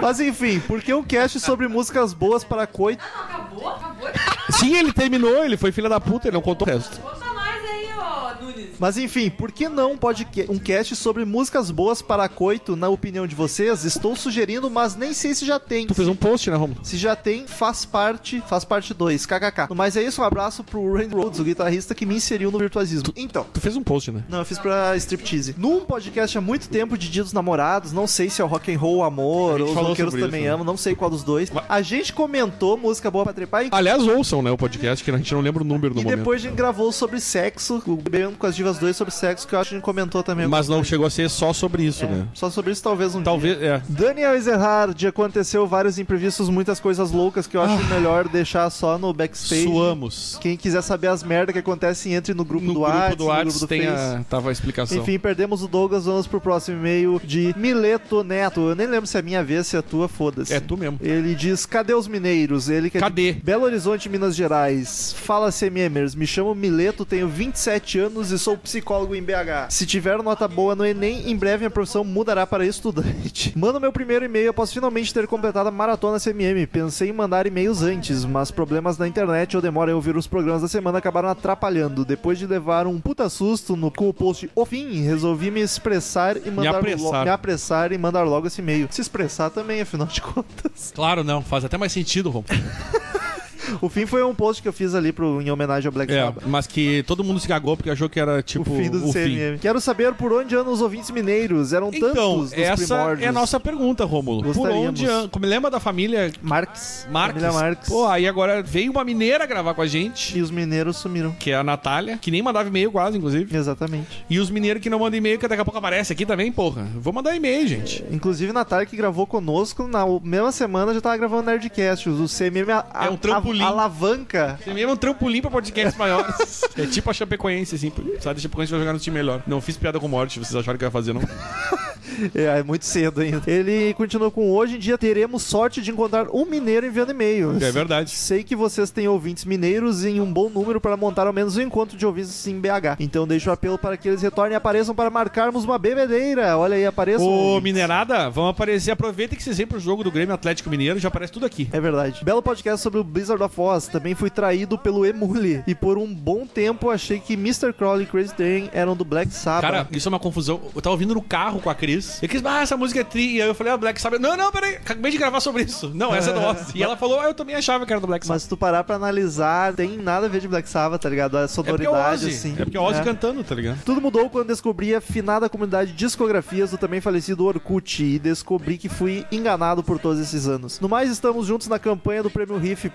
Speaker 1: Mas enfim, por que um cast sobre músicas boas para coito?
Speaker 8: Acabou? Acabou?
Speaker 2: Sim, ele terminou, ele foi filha da puta, ele não contou o resto.
Speaker 8: Conta mais aí, ó, Nunes.
Speaker 1: Mas enfim, por que não pode um cast sobre músicas boas para coito, na opinião de vocês? Estou sugerindo, mas nem sei se já tem.
Speaker 2: Tu fez um post, né, Romulo?
Speaker 1: Se já tem, faz parte, faz parte 2, kkk. Mas é isso, um abraço pro Randy Rhodes, o guitarrista que me inseriu no virtuosismo. Então,
Speaker 2: Tu fez um post, né?
Speaker 1: Não, eu fiz pra striptease. Num podcast há muito tempo de Dia dos Namorados, não sei se é o Rock and Roll Amor
Speaker 2: gente
Speaker 1: ou os
Speaker 2: falou
Speaker 1: Roqueiros
Speaker 2: sobre
Speaker 1: Também
Speaker 2: isso, né?
Speaker 1: Amam, não sei qual dos dois. A gente comentou música boa pra trepar e,
Speaker 2: Aliás, ouçam, né, o podcast, que a gente não lembra o número no
Speaker 1: e
Speaker 2: momento.
Speaker 1: depois a gente gravou sobre sexo, o Bebendo com as Divas 2 sobre sexo, que eu acho que a gente comentou também.
Speaker 2: Mas não chegou a ser só sobre
Speaker 1: É.
Speaker 2: isso, né?
Speaker 1: Só sobre isso talvez um dia.
Speaker 2: Talvez, é.
Speaker 1: Daniel Ezerhard, aconteceu vários imprevistos, muitas coisas loucas que eu acho
Speaker 2: Ah.
Speaker 1: melhor deixar só no backstage.
Speaker 2: Suamos.
Speaker 1: Quem quiser saber as merdas que acontecem, entre no grupo
Speaker 2: No
Speaker 1: do
Speaker 2: grupo
Speaker 1: WhatsApp,
Speaker 2: do
Speaker 1: no
Speaker 2: Arts
Speaker 1: grupo do
Speaker 2: tem
Speaker 1: Face.
Speaker 2: a... tava a explicação.
Speaker 1: Enfim, perdemos o Douglas, vamos pro próximo e-mail de Mileto Neto. Eu nem lembro se é minha vez, se é tua, foda-se.
Speaker 2: É tu mesmo.
Speaker 1: Ele diz, cadê os mineiros? Ele que é de
Speaker 2: Cadê?
Speaker 1: Belo Horizonte, Minas Gerais. Fala, CMMers. Me chamo Mileto, tenho 27 anos e sou psicólogo em BH. Se tiver nota boa no Enem, em breve minha profissão mudará para estudante. Mando meu primeiro e-mail após finalmente ter completado a maratona CMM. Pensei em mandar e-mails antes, mas problemas na internet ou demora em ouvir os programas da semana acabaram atrapalhando. Depois de levar um puta susto no, com o post O Fim, resolvi me expressar e mandar lo-
Speaker 2: apressar.
Speaker 1: me apressar e mandar logo esse e-mail. Se expressar também, afinal de contas.
Speaker 2: Claro, não. Faz até mais sentido, Rom.
Speaker 1: O fim foi um post que eu fiz ali pro, em homenagem ao Black Sabbath.
Speaker 2: É, mas que todo mundo se cagou porque achou que era tipo
Speaker 1: O fim do CMM. Quero saber por onde andam os ouvintes mineiros. Eram
Speaker 2: Então,
Speaker 1: tantos dos
Speaker 2: essa
Speaker 1: primórdios.
Speaker 2: é a nossa pergunta, Rômulo. Por
Speaker 1: Gostaríamos.
Speaker 2: onde an- Como lembra da família
Speaker 1: Marx.
Speaker 2: Marques?
Speaker 1: Família Marx.
Speaker 2: Pô, aí agora veio uma mineira gravar com a gente,
Speaker 1: E os mineiros sumiram.
Speaker 2: que é a Natália, que nem mandava e-mail quase, inclusive.
Speaker 1: Exatamente.
Speaker 2: E os mineiros que não mandam e-mail, que daqui a pouco aparece aqui também, porra. Vou mandar e-mail, gente.
Speaker 1: Inclusive, Natália, que gravou conosco, na mesma semana já tava gravando Nerdcast. O CMM a- a-
Speaker 2: É um trampolim.
Speaker 1: a- alavanca.
Speaker 2: Tem mesmo um trampolim pra podcasts maiores. é tipo a Chapecoense, assim. Sabe, a Chapecoense vai jogar no time melhor. Não fiz piada com morte, vocês acharam que eu ia fazer, não?
Speaker 1: É, é muito cedo ainda. Ele continuou com: Hoje em dia teremos sorte de encontrar um mineiro enviando e-mail.
Speaker 2: É verdade.
Speaker 1: Sei que vocês têm ouvintes mineiros em um bom número para montar ao menos um encontro de ouvintes em BH. Então deixo o apelo para que eles retornem e apareçam para marcarmos uma bebedeira. Olha aí, apareçam.
Speaker 2: Ô,
Speaker 1: ouvintes.
Speaker 2: Minerada, vão aparecer. Aproveita que vocês vêm pro jogo do Grêmio Atlético Mineiro, já aparece tudo aqui.
Speaker 1: É verdade. Belo podcast sobre o Blizzard of Oz. Também fui traído pelo Emule. E por um bom tempo achei que Mr. Crowley e Crazy Train eram do Black Sabbath.
Speaker 2: Cara, isso é uma confusão. Eu tava ouvindo no carro com a Cris. Eu quis, ah, essa música é tri. E aí eu falei, ah, Black Sabbath. Não, não, peraí. Acabei de gravar sobre isso. Não, essa é do Oz. E ela falou, ah, eu também achava que era do Black Sabbath.
Speaker 1: Mas se tu parar pra analisar, tem nada a ver de Black Sabbath, tá ligado? A
Speaker 2: É porque é o
Speaker 1: sonoridade,
Speaker 2: Ozzy.
Speaker 1: assim.
Speaker 2: É porque é o Ozzy
Speaker 1: né?
Speaker 2: cantando, tá ligado?
Speaker 1: Tudo mudou quando descobri a finada comunidade de discografias do também falecido Orkut e descobri que fui enganado por todos esses anos. No mais, estamos juntos na campanha do Prêmio Riff,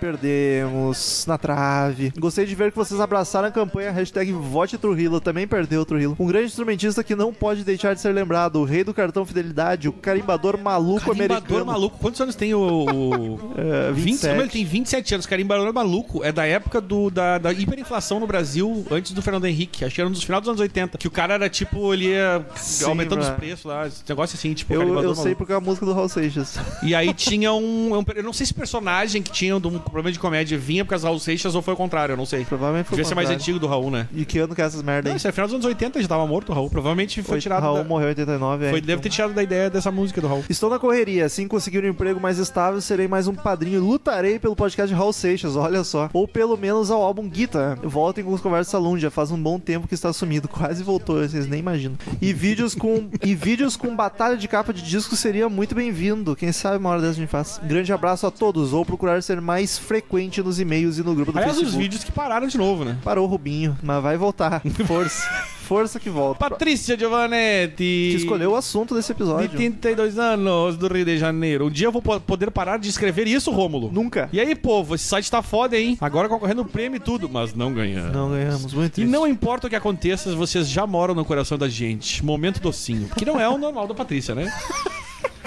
Speaker 1: perdemos na trave. Gostei de ver que vocês abraçaram a campanha hashtag Vote Trujillo, também perdeu Trujillo. Um grande instrumentista que não pode deixar de ser lembrado, o rei do cartão fidelidade, o carimbador maluco
Speaker 2: Carimbador
Speaker 1: americano.
Speaker 2: Tá maluco. Quantos anos tem o. o...
Speaker 1: É,
Speaker 2: 20,
Speaker 1: 27.
Speaker 2: como ele tem 27 anos, Carimbador maluco. É da época do, da, da hiperinflação no Brasil, antes do Fernando Henrique. Acho que era no final dos anos 80. Que o cara era tipo, ele ia
Speaker 1: Sim,
Speaker 2: aumentando os
Speaker 1: mano.
Speaker 2: preços lá, esse negócio assim, tipo,
Speaker 1: Eu,
Speaker 2: Carimbador
Speaker 1: eu sei
Speaker 2: Maluco.
Speaker 1: porque é a música do Hal Seixas.
Speaker 2: E aí tinha um, um- Eu não sei se o personagem que tinha de um problema de comédia vinha por causa do Raul Seixas ou foi o contrário, eu não sei.
Speaker 1: Provavelmente foi o
Speaker 2: Devia ser mais
Speaker 1: contrário.
Speaker 2: antigo do Raul, né?
Speaker 1: E que ano que é essas merda
Speaker 2: Não,
Speaker 1: aí?
Speaker 2: isso é final dos anos 80, já tava morto o Raul. Provavelmente foi tirado.
Speaker 1: Raul
Speaker 2: da-
Speaker 1: morreu em 89, é,
Speaker 2: foi,
Speaker 1: então.
Speaker 2: deve ter tirado da ideia dessa música do Raul.
Speaker 1: Estou na correria, assim conseguir um emprego mais estável, serei mais um padrinho e lutarei pelo podcast de Hal Seixas, olha só. Ou pelo menos ao álbum Guita. Voltem com os conversas longe, já faz um bom tempo que está sumido, quase voltou, vocês nem imaginam. E vídeos com e vídeos com batalha de capa de disco seria muito bem-vindo. Quem sabe uma hora dessa a gente faz. Um Grande abraço a todos, vou procurar ser mais frequente nos e-mails e no grupo do
Speaker 2: Aliás, os
Speaker 1: Facebook.
Speaker 2: vídeos que pararam de novo, né?
Speaker 1: Parou o Rubinho, mas vai voltar. Força. Força que volta.
Speaker 2: Patrícia Giovanetti.
Speaker 1: Que escolheu o assunto desse
Speaker 2: De
Speaker 1: episódio.
Speaker 2: 32 anos do Rio de Janeiro. Um dia eu vou po- poder parar de escrever isso, Rômulo.
Speaker 1: Nunca.
Speaker 2: E aí, povo, esse site tá foda, hein? Agora concorrendo o prêmio e tudo, mas não ganhando.
Speaker 1: Não ganhamos, muito
Speaker 2: E
Speaker 1: triste.
Speaker 2: não importa o que aconteça, vocês já moram no coração da gente. Momento docinho. Que não é o normal da Patrícia, né?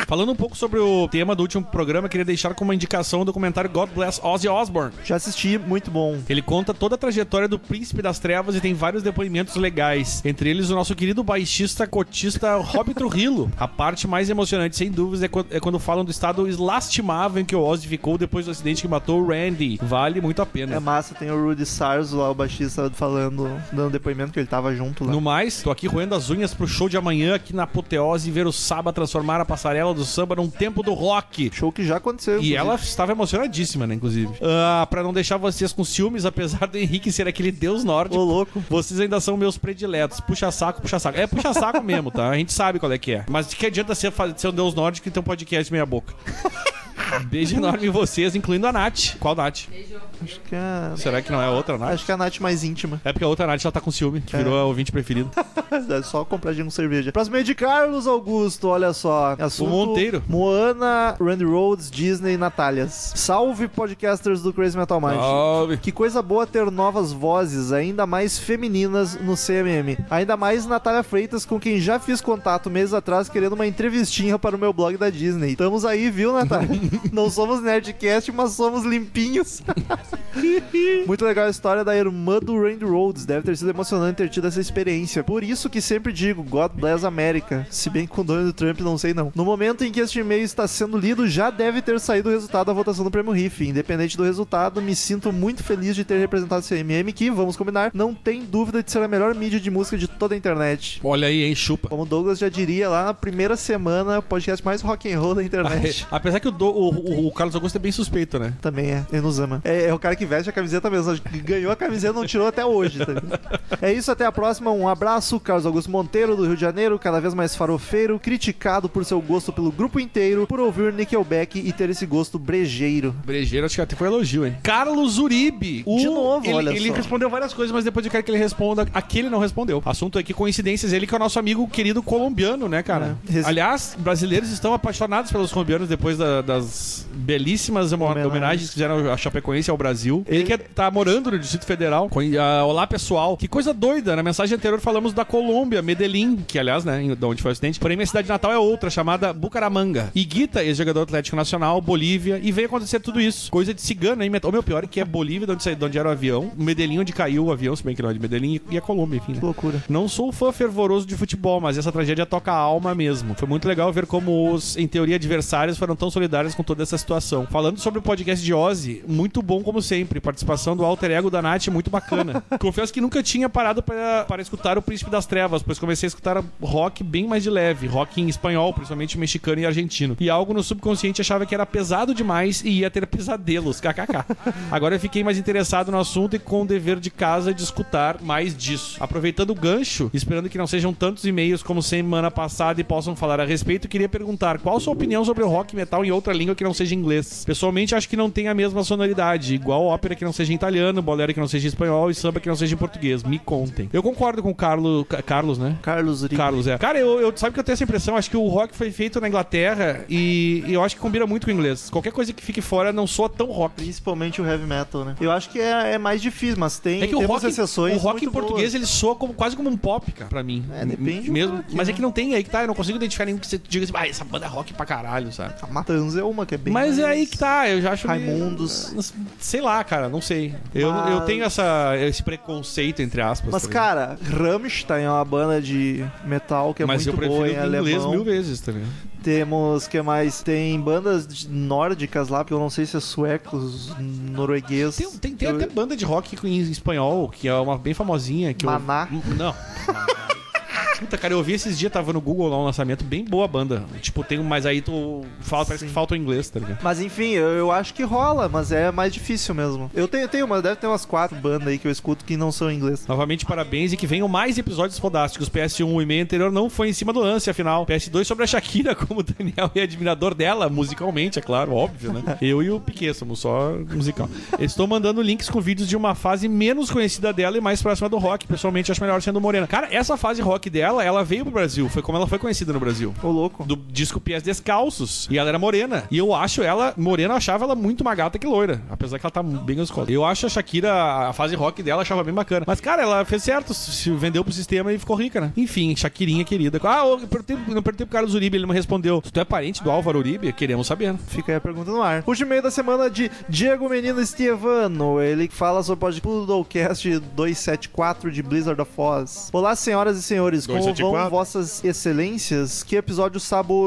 Speaker 2: Falando um pouco sobre o tema do último programa, queria deixar como indicação o documentário God Bless Ozzy Osbourne.
Speaker 1: Já assisti, muito bom.
Speaker 2: Ele conta toda a trajetória do Príncipe das Trevas e tem vários depoimentos legais. Entre eles, o nosso querido baixista cotista Rob Trujillo. A parte mais emocionante, sem dúvidas, é quando, é quando falam do estado lastimável em que o Ozzy ficou depois do acidente que matou o Randy. Vale muito a pena.
Speaker 1: É massa, tem o Rudy Sarzo lá, o baixista, falando, dando depoimento que ele tava junto lá.
Speaker 2: No mais, tô aqui roendo as unhas pro show de amanhã aqui na Apoteose e ver o Saba transformar a passarela do samba num tempo do rock.
Speaker 1: Show que já aconteceu.
Speaker 2: E
Speaker 1: inclusive.
Speaker 2: ela estava emocionadíssima, né, inclusive. Ah, pra não deixar vocês com ciúmes, apesar do Henrique ser aquele deus
Speaker 1: Ô,
Speaker 2: nórdico,
Speaker 1: louco.
Speaker 2: vocês ainda são meus prediletos. Puxa saco, puxa saco. É puxa saco mesmo, tá? A gente sabe qual é que é. Mas de que adianta ser, fa- ser um deus nórdico e ter um podcast meia boca? Beijo enorme em vocês, incluindo a Nath. Qual Nath?
Speaker 1: Acho que é...
Speaker 2: Será que não é a outra Nath?
Speaker 1: Acho que é a Nath mais íntima.
Speaker 2: É porque a outra Nath ela tá com ciúme, que virou a ouvinte preferida.
Speaker 1: É só comprar de um cerveja. Próximo é de Carlos Augusto, olha só. Assunto,
Speaker 2: O Monteiro.
Speaker 1: Moana, Randy Rhodes, Disney, Natálias. Salve podcasters do Crazy Metal Mind.
Speaker 6: Salve.
Speaker 1: Que coisa boa ter novas vozes, ainda mais femininas, no CMM. Ainda mais Natália Freitas, com quem já fiz contato meses atrás, querendo uma entrevistinha para o meu blog da Disney. Estamos aí, viu, Natália? Não somos Nerdcast, mas somos limpinhos. Muito legal a história da irmã do Randy Rhodes. Deve ter sido emocionante ter tido essa experiência. Por isso que sempre digo, God bless America. Se bem que com Donald Trump, não sei não. No momento em que este e-mail está sendo lido, já deve ter saído o resultado da votação do Prêmio Riff. Independente do resultado, me sinto muito feliz de ter representado esse MM que, vamos combinar, não tem dúvida de ser a melhor mídia de música de toda a internet.
Speaker 2: Olha aí, hein, chupa.
Speaker 1: Como o Douglas já diria lá na primeira semana, podcast mais rock and roll da internet.
Speaker 2: Apesar que o, do- o- o- o Carlos Augusto é bem suspeito, né?
Speaker 1: Também é, ele nos ama. É, é o cara que veste a camiseta mesmo, acho que ganhou a camiseta não tirou até hoje. tá ligado? é isso, até a próxima. Um abraço, Carlos Augusto Monteiro, do Rio de Janeiro, cada vez mais farofeiro, criticado por seu gosto pelo grupo inteiro, por ouvir Nickelback e ter esse gosto brejeiro.
Speaker 2: Brejeiro, acho que até foi elogio, hein? Carlos Uribe. O-
Speaker 1: De novo,
Speaker 2: ele,
Speaker 1: olha
Speaker 2: Ele
Speaker 1: só.
Speaker 2: respondeu várias coisas, mas depois eu quero que ele responda. Aquele não respondeu. Assunto aqui, coincidências. Ele que é o nosso amigo querido colombiano, né, cara?
Speaker 1: É. Res-
Speaker 2: Aliás, brasileiros estão apaixonados pelos colombianos depois da- das belíssimas homo-
Speaker 1: Homenagens.
Speaker 2: homenagens que fizeram a Chapecoense ao Brasil. Ele,
Speaker 1: Ele-
Speaker 2: que tá morando no Distrito Federal. Co- ah, Olá, pessoal. Que coisa doida. Na mensagem anterior falamos da Colômbia, Medellín, que aliás, né, em- da onde foi o acidente. Porém, minha cidade natal é outra, chamada Bucaramanga. Iguita, ex-jogador do Atlético Nacional, Bolívia, e veio acontecer tudo isso. Coisa de cigano, hein? Ou meu, pior é que é Bolívia, de onde, saiu- de onde era o avião, Medellín, onde caiu o avião, se bem que não é de Medellín, e a Colômbia, enfim, né?
Speaker 1: Que loucura.
Speaker 2: Não sou fã fervoroso de futebol, mas essa tragédia toca a alma mesmo. Foi muito legal ver como os, em teoria, adversários foram tão solidários com toda essa situação. Falando sobre o podcast de Ozzy, muito bom como sempre. Participação do alter ego da Nath, muito bacana. Confesso que nunca tinha parado para para escutar o Príncipe das Trevas, pois comecei a escutar rock bem mais de leve. Rock em espanhol, principalmente mexicano e argentino. E algo no subconsciente achava que era pesado demais e ia ter pesadelos, kkk. Agora eu fiquei mais interessado no assunto e com o dever de casa de escutar mais disso. Aproveitando o gancho, esperando que não sejam tantos e-mails como semana passada e possam falar a respeito, queria perguntar qual sua opinião sobre o rock metal em outra língua que não seja inglês. Pessoalmente, acho que não tem a mesma sonoridade, igual ópera que não seja em italiano, bolero que não seja em espanhol e samba que não seja em português. Me contem. Eu concordo com o Carlo, Ca- Carlos, né?
Speaker 1: Carlos Uribe.
Speaker 2: Carlos, é. Cara, eu, eu sabe que eu tenho essa impressão. Acho que o rock foi feito na Inglaterra e, e eu acho que combina muito com o inglês. Qualquer coisa que fique fora não soa tão rock.
Speaker 1: Principalmente o heavy metal, né? Eu acho que é, é mais difícil, mas tem,
Speaker 2: É que o
Speaker 1: temos
Speaker 2: rock,
Speaker 1: exceções.
Speaker 2: o rock em
Speaker 1: muito boas.
Speaker 2: português ele soa como, quase como um pop, cara, pra mim.
Speaker 1: É, depende do
Speaker 2: Mesmo,
Speaker 1: rock,
Speaker 2: mas é
Speaker 1: né?
Speaker 2: que não tem aí que tá. Eu não consigo identificar nenhum que você diga assim, ah, essa banda é rock pra caralho, sabe?
Speaker 1: A Matanza é uma que é bem. mais-
Speaker 2: mas é aí que tá, eu já acho. meio-
Speaker 1: Raimundos.
Speaker 2: Sei lá, cara, não sei. Eu,
Speaker 1: Mas-
Speaker 2: eu tenho essa, esse preconceito, entre aspas.
Speaker 1: Mas,
Speaker 2: tá ligado?
Speaker 1: cara, Rammstein é uma banda de metal que é
Speaker 2: mas eu
Speaker 1: muito
Speaker 2: prefiro
Speaker 1: boa
Speaker 2: o
Speaker 1: em
Speaker 2: inglês
Speaker 1: alemão.
Speaker 2: mil vezes também.
Speaker 1: Temos, que mais? Tem bandas de- nórdicas lá, porque eu não sei se é suecos, norueguês.
Speaker 2: Tem, tem, tem
Speaker 1: Eu-
Speaker 2: até banda de rock em espanhol, que é uma bem famosinha. Que eu-
Speaker 1: Maná.
Speaker 2: Não. Puta, cara, eu vi esses dias, tava no Google lá um lançamento, bem boa a banda. Tipo, tem um, mas aí tu fala, parece que falta o inglês, tá ligado?
Speaker 1: Mas enfim, eu, eu acho que rola, mas é mais difícil mesmo. Eu tenho, tenho uma, deve ter umas quatro bandas aí que eu escuto que não são em inglês.
Speaker 2: Novamente, parabéns e que venham mais episódios fodásticos. PS1 o e-mail anterior não foi em cima do lance, afinal. PS2 sobre a Shakira, como o Daniel é admirador dela, musicalmente, é claro, óbvio, né? Eu e o Piquet somos só musical. Estou mandando links com vídeos de uma fase menos conhecida dela e mais próxima do rock. Pessoalmente, acho melhor sendo morena. Cara, essa fase rock dela, ela veio pro Brasil. Foi como ela foi conhecida no Brasil.
Speaker 1: Ô, louco.
Speaker 2: do disco Pies Descalços. E ela era morena. E eu acho ela, morena, eu achava ela muito mais gata que loira. Apesar que ela tá bem escola. Eu acho a Shakira, a fase rock dela, eu achava bem bacana. Mas, cara, ela fez certo, se vendeu pro sistema e ficou rica, né? Enfim, Shakirinha querida. Ah, eu perguntei, eu perguntei pro Carlos Uribe, ele me respondeu. Se tu é parente do Álvaro Uribe, queremos saber. né?
Speaker 1: Fica aí a pergunta no ar. Último e-mail da semana de Diego Menino Estevano. Ele fala sobre o podcast Poodlecast 274 de Blizzard of Oz. Olá, senhoras e senhores. Como vão
Speaker 6: 274?
Speaker 1: vossas excelências? Que episódio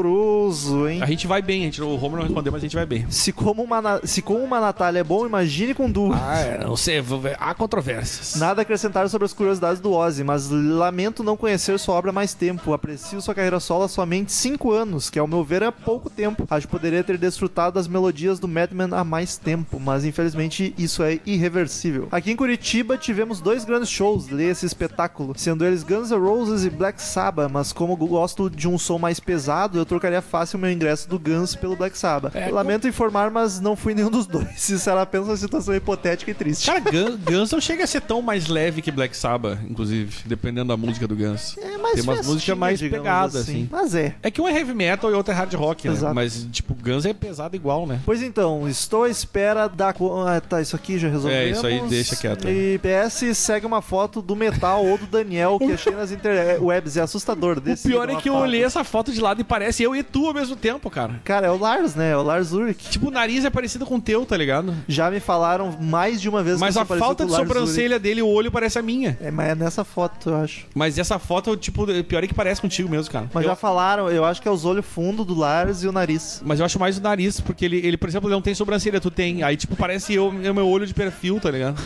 Speaker 1: saboroso, hein?
Speaker 2: A gente vai bem, a gente, o Romulo não respondeu, mas a gente vai bem.
Speaker 1: Se como, uma, na- se como uma Natália é bom, imagine com duas.
Speaker 2: Ah, não sei, há controvérsias.
Speaker 1: Nada a acrescentar sobre as curiosidades do Ozzy, mas lamento não conhecer sua obra há mais tempo. Aprecio sua carreira solo há somente 5 anos, que ao meu ver é pouco tempo. Acho que poderia ter desfrutado das melodias do Madman há mais tempo, mas infelizmente isso é irreversível. Aqui em Curitiba tivemos dois grandes shows desse espetáculo, sendo eles Guns N' Roses e Black Sabbath, mas como gosto de um som mais pesado, eu trocaria fácil o meu ingresso do Guns pelo Black Sabbath. Lamento informar, mas não fui nenhum dos dois. Isso era apenas uma situação hipotética e triste.
Speaker 2: Cara, Gun- Guns não chega a ser tão mais leve que Black Sabbath, inclusive, dependendo da música do Guns.
Speaker 1: É mais
Speaker 2: Tem umas
Speaker 1: festinha,
Speaker 2: músicas mais
Speaker 1: digamos
Speaker 2: pegadas, assim.
Speaker 1: Mas é.
Speaker 2: É que um é heavy metal e outro é hard rock, né?
Speaker 1: Exato.
Speaker 2: Mas, tipo, Guns é pesado igual, né?
Speaker 1: Pois então, estou à espera da. co- Ah, tá, isso aqui já resolvemos.
Speaker 2: É, isso aí deixa quieto.
Speaker 1: E PS segue uma foto do Metal ou do Daniel que achei nas internet. O webs é assustador
Speaker 2: O
Speaker 1: desse.
Speaker 2: pior é que eu olhei essa foto de lado e parece eu e tu ao mesmo tempo, cara.
Speaker 1: Cara, é o Lars, né? É o Lars Ulrich.
Speaker 2: Tipo, o nariz é parecido com o teu, tá ligado?
Speaker 1: Já me falaram mais de uma vez
Speaker 2: Mas
Speaker 1: que eu
Speaker 2: a
Speaker 1: sou parecido
Speaker 2: falta
Speaker 1: com o
Speaker 2: de
Speaker 1: Lars Ulrich.
Speaker 2: sobrancelha dele, o olho parece a minha.
Speaker 1: É, mas é nessa foto, eu acho.
Speaker 2: Mas essa foto, tipo, pior é que parece contigo mesmo, cara.
Speaker 1: Mas
Speaker 2: eu,
Speaker 1: já falaram, eu acho que é os olhos fundo do Lars e o nariz.
Speaker 2: mas eu acho mais o nariz, porque ele, ele, por exemplo, ele não tem sobrancelha, tu tem. Aí, tipo, parece eu, é o meu olho de perfil, tá ligado?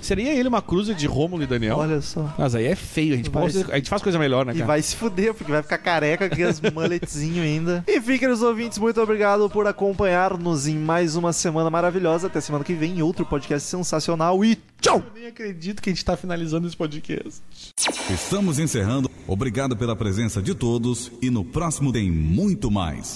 Speaker 2: Seria ele uma cruza de Rômulo e Daniel?
Speaker 1: Olha só.
Speaker 2: Mas aí é feio, a gente,
Speaker 1: Vai
Speaker 2: pode-
Speaker 1: se-
Speaker 2: a gente faz coisa melhor, né,
Speaker 1: E
Speaker 2: cara?
Speaker 1: vai se fuder, porque vai ficar careca com as mulletzinhas ainda. Enfim, queridos ouvintes, muito obrigado por acompanhar-nos em mais uma semana maravilhosa. Até semana que vem, outro podcast sensacional e tchau!
Speaker 2: Eu nem acredito que a gente tá finalizando esse podcast.
Speaker 9: Estamos encerrando. Obrigado pela presença de todos e no próximo tem muito mais.